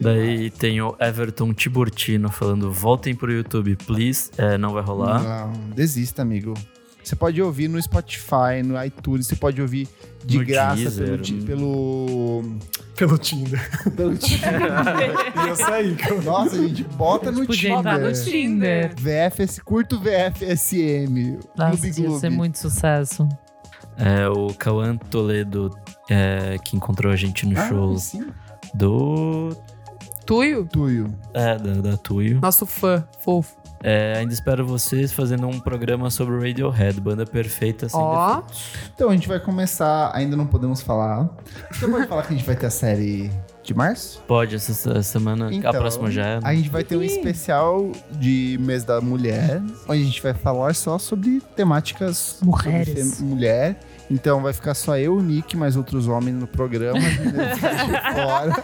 Daí tem o Everton Tiburtino falando: voltem pro YouTube, please. É, não vai rolar.
Não, desista, amigo. Você pode ouvir no Spotify, no iTunes, você pode ouvir de
No
graça
Deezer,
pelo, ti-
hum.
pelo,
Pelo Tinder.
pelo Tinder.
E eu saí. que eu-
Nossa, gente, bota no
Podia entrar Tipo, tá no
Tinder.
Tinder.
VFS, curto VFSM.
Nossa,
Clube
isso ia
Clube.
ser muito sucesso.
É o Cauã Toledo é, que encontrou a gente no
Ah,
show
sim.
do.
Tuio,
Tuyo.
É, da, da Tuyo.
nosso fã, fofo.
É, ainda espero vocês fazendo um programa sobre o Radiohead, banda perfeita assim, sem
Ó.
defeitos.
Então a gente vai começar, ainda não podemos falar. Você pode falar que a gente vai ter a série de março?
Pode, essa, essa semana,
Então,
a próxima já é.
A gente vai ter um especial de mês da mulher, onde a gente vai falar só sobre temáticas
Mulheres.
sobre fem- mulher. Então vai ficar só eu, o Nick, mais outros homens no programa. as meninas vai de fora,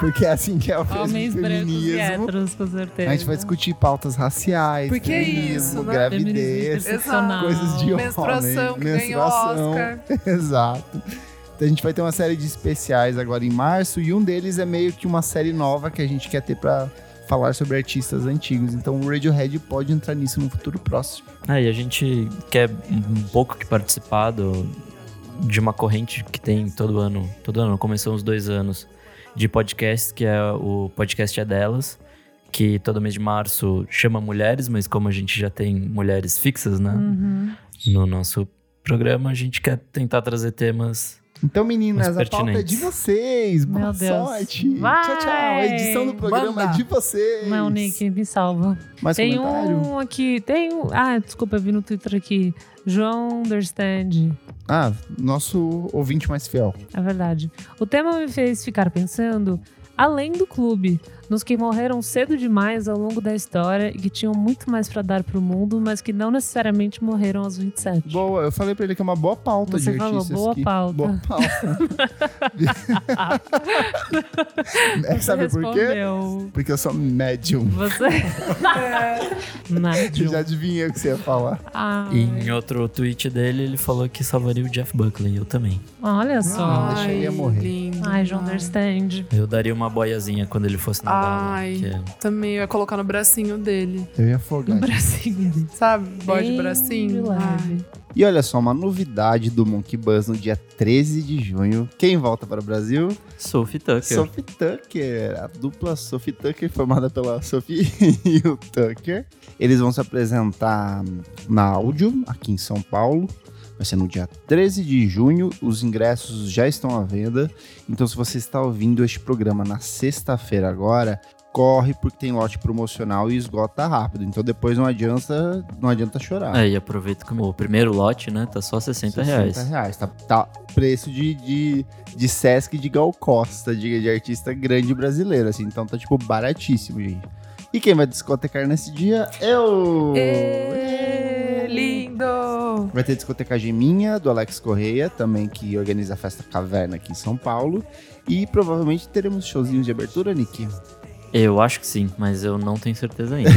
porque é assim que é o
Homens brancos e
feminismo.
héteros, com certeza.
A gente vai discutir pautas raciais,
Por que
feminismo,
isso, né?
Feminismo
gravidez,
interseccional.
coisas de homem.
Menstruação, que ganhou
menstruação.
Oscar.
Exato. Então a gente vai ter uma série de especiais agora em março e um deles é meio que uma série nova que a gente quer ter pra falar sobre artistas antigos. Então o Radiohead pode entrar nisso no futuro próximo.
Ah, e a gente quer um pouco que participar do- de uma corrente que tem todo ano. Todo ano, começou uns dois anos, de podcast, que é o Podcast é Delas, que todo mês de março chama mulheres, mas como a gente já tem mulheres fixas, né?
Uhum.
No nosso programa, a gente quer tentar trazer temas.
Então meninas,
Mas
a pauta é de
pertinentes.
vocês.
Meu
Boa
Deus.
sorte.
Vai!
Tchau, tchau. A edição do programa
Manda.
é de vocês.
Não, um Nick, me salva.
Mais
Tem
comentário?
um aqui, tem um... Ah, desculpa, eu vi no Twitter aqui. João Understand.
Ah, nosso ouvinte mais fiel.
É verdade. O tema me fez ficar pensando, além do clube, nos que morreram cedo demais ao longo da história e que tinham muito mais pra dar pro mundo, mas que não necessariamente morreram aos 27.
Boa, eu falei pra ele que é uma boa pauta
Você
de
falou,
artistas.
boa
que-
pauta.
Boa pauta. É que sabe por quê?
respondeu.
Porque eu sou médium.
Você.
Eu
Nigel. Ah,
já adivinhei o que você ia falar.
Ai,
E em outro tweet dele, ele falou que salvaria o Jeff Buckley, eu também.
Olha só.
Não, Ah, deixa ele morrer.
Lindo.
Ai, João understand.
Eu daria uma boiazinha quando ele fosse nadar.
Ai.
Né? Que
Também eu ia colocar no bracinho dele.
Eu ia afogar.
No bracinho.
Sabe? Boy de
Bem
bracinho.
de leve.
Ai.
E olha só, uma novidade do Monkey Buzz no dia 13 de junho. Quem volta para o Brasil?
é Sophie Tucker.
Sophie Tucker. A dupla Sophie Tucker, formada pela Sophie e o Tucker. Eles vão se apresentar na áudio, aqui em São Paulo. Vai ser no dia 13 de junho. Os ingressos já estão à venda. Então, se você está ouvindo este programa na sexta-feira agora. Corre porque tem lote promocional e esgota rápido. Então depois não adianta, não adianta chorar.
É, e aproveita como o primeiro lote, né? Tá só 60 reais.
Tá, tá preço de, de, de Sesc de Gal Costa, de, de artista grande brasileiro, assim. Então tá, tipo, baratíssimo, gente. E quem vai discotecar nesse dia é o...
Ê, é lindo!
Vai ter discotecagem minha, do Alex Correia, também que organiza a festa Caverna aqui em São Paulo. E provavelmente teremos showzinhos de abertura, Nick.
Eu acho que sim, mas eu não tenho certeza ainda.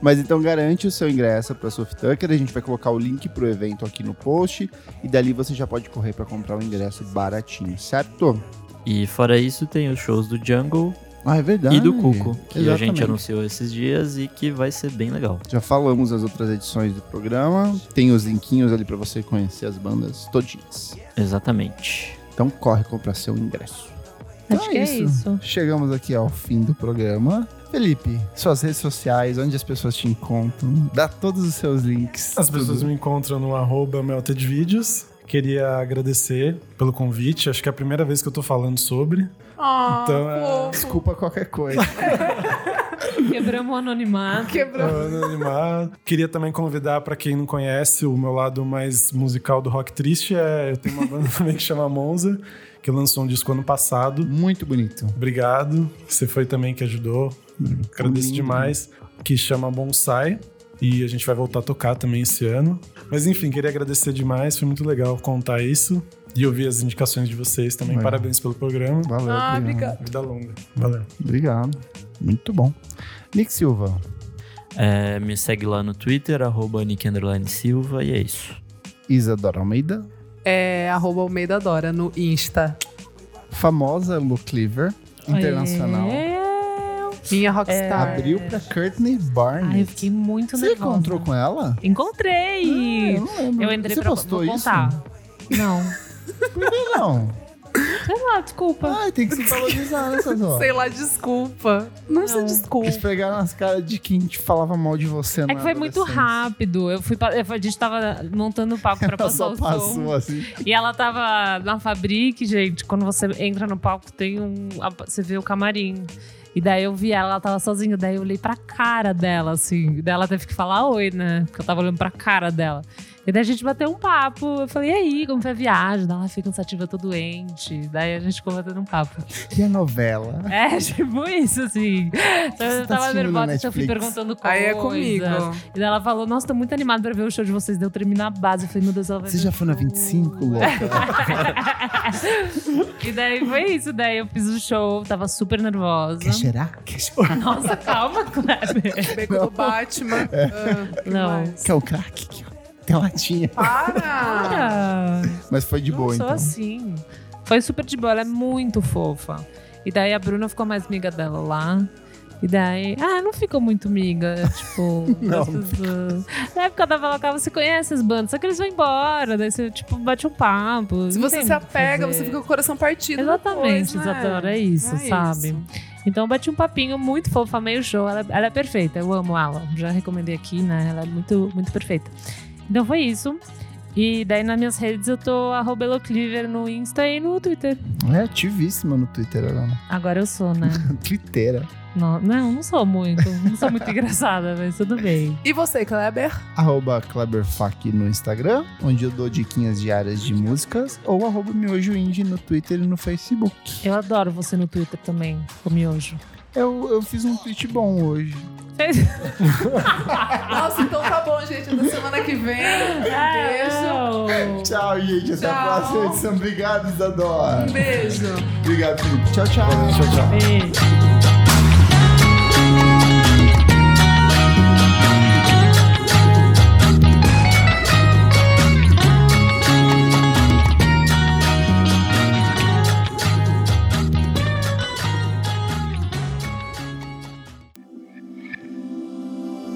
Mas então garante o seu ingresso para Soft Tucker. A gente vai colocar o link pro evento aqui no post. E dali você já pode correr para comprar o ingresso baratinho, certo?
e fora isso, tem os shows do Jungle
Ah, é verdade.
e do Cuco, que a gente
Exatamente.
anunciou esses dias e que vai ser bem legal.
Já falamos as outras edições do programa. Tem os linkinhos ali pra você conhecer as bandas todinhas.
Exatamente.
Então corre comprar seu ingresso.
Acho
Então
que é isso.
Chegamos aqui ao fim do programa. Felipe, suas redes sociais, onde as pessoas te encontram, dá todos os seus links.
As pessoas me encontram no arroba Melted Videos. Queria agradecer pelo convite. Acho que é a primeira vez que eu tô falando sobre.
Ah,
Então, é-
fofo.
Desculpa qualquer coisa.
Quebramos o anonimato.
Então,
Quebrou.
Tô animado. Queria também convidar pra quem não conhece, o meu lado mais musical do rock triste é eu tenho uma banda também que chama Monza, que lançou um disco ano passado.
Muito bonito.
Obrigado. Você foi também que ajudou. Agradeço
lindo.
demais. Que chama Bonsai. E a gente vai voltar a tocar também esse ano. Mas enfim, queria agradecer demais. Foi muito legal contar isso. E ouvir as indicações de vocês também.
Vai.
Parabéns pelo programa.
Valeu.
Ah, obrigado.
Vida longa. Valeu.
Obrigado. Muito bom. Nick Silva,
É, me segue lá no Twitter, arroba Nick underline Silva, e é isso.
Isadora Almeida,
É arroba Almeida Dora no Insta.
famosa Lu Cleaver, internacional.
É.
Minha rockstar.
Abriu pra Courtney
Ai,
Barney.
eu fiquei muito
Você
nervosa.
encontrou com ela? Ah,
Encontrei!
Eu não lembro.
Eu entrei
Você
pra
postou
vou
isso?
contar. Não.
Por que não?
Sei lá, desculpa.
Ai, tem que se valorizar nessas horas.
Sei lá, desculpa. Nossa,
Não.
desculpa.
Eles pegaram as caras de quem te falava mal de você
É que foi muito rápido. Eu fui pa- eu- a gente tava montando o palco pra
Ela
passar
Tá só
o som.
passou assim.
E ela tava na Fabrique, gente. Quando você entra no palco, tem um. a- Você vê o camarim. E daí eu vi ela, ela tava sozinha. Daí eu olhei pra cara dela, assim. Daí ela teve que falar oi, né? Porque eu tava olhando pra cara dela. E daí a gente bateu um papo. Eu falei, e aí, como foi a viagem? Daí ela foi cansativa, eu tô doente. Daí a gente ficou batendo um papo.
Que é novela.
É, tipo isso, assim. Então
você
eu
tá
tava
assistindo no
nervosa, então eu fui
Netflix?
perguntando coisas.
Aí é comigo.
E daí ela falou, nossa, tô muito animada pra ver o show de vocês. Deu eu terminar a base. Eu falei, meu Deus, ela vai
Você
ver
já
o
foi na
show."
25, louca?
E daí foi isso. Daí eu fiz o show, tava super nervosa.
Quer cheirar? Quer cheirar?
Nossa, calma, Kleber.
Beco do Batman. Ah, que
Não.
mais?
Quer o crack? Tem latinha.
Para!
Ah,
Mas foi de
não
boa,
sou
então.
assim. Foi super de boa, ela é muito fofa. E daí a Bruna ficou mais amiga dela lá. E daí, ah, não ficou muito amiga. Tipo,
Não.
as pessoas. Na época da Valacá, você conhece as bandas, só que eles vão embora. Daí você, tipo, bate um papo.
Se
não
você
tem
se
muito o que
apega,
fazer.
você fica com o coração partido.
Exatamente,
depois, né?
Isadora, é isso,
É
sabe? Então eu bati um papinho muito fofa, meio show. Ela, ela é perfeita, eu amo ela. Já recomendei aqui, né? Ela é muito, muito perfeita. Então foi isso. E daí nas minhas redes eu tô arroba Elocliver no Insta e no Twitter.
É ativíssima no Twitter agora.
Agora eu sou, né?
Twittera.
não, não, não sou muito. Não sou muito engraçada, mas tudo bem.
E você, Kleber?
arroba KleberFac no Instagram, onde eu dou diquinhas diárias de músicas, ou arroba Miojo Indie no Twitter e no Facebook.
Eu adoro você no Twitter também, o miojo.
Eu, eu fiz um tweet bom hoje.
Ah.
Nossa, então tá bom, gente. Até semana que vem.
É.
Beijo.
Beijo!
Tchau, gente. Até
Tchau.
a próxima edição. Obrigado, Isadora.
Um beijo.
Obrigado, Felipe. Tchau, tchau.
Tchau, tchau.
Beijo!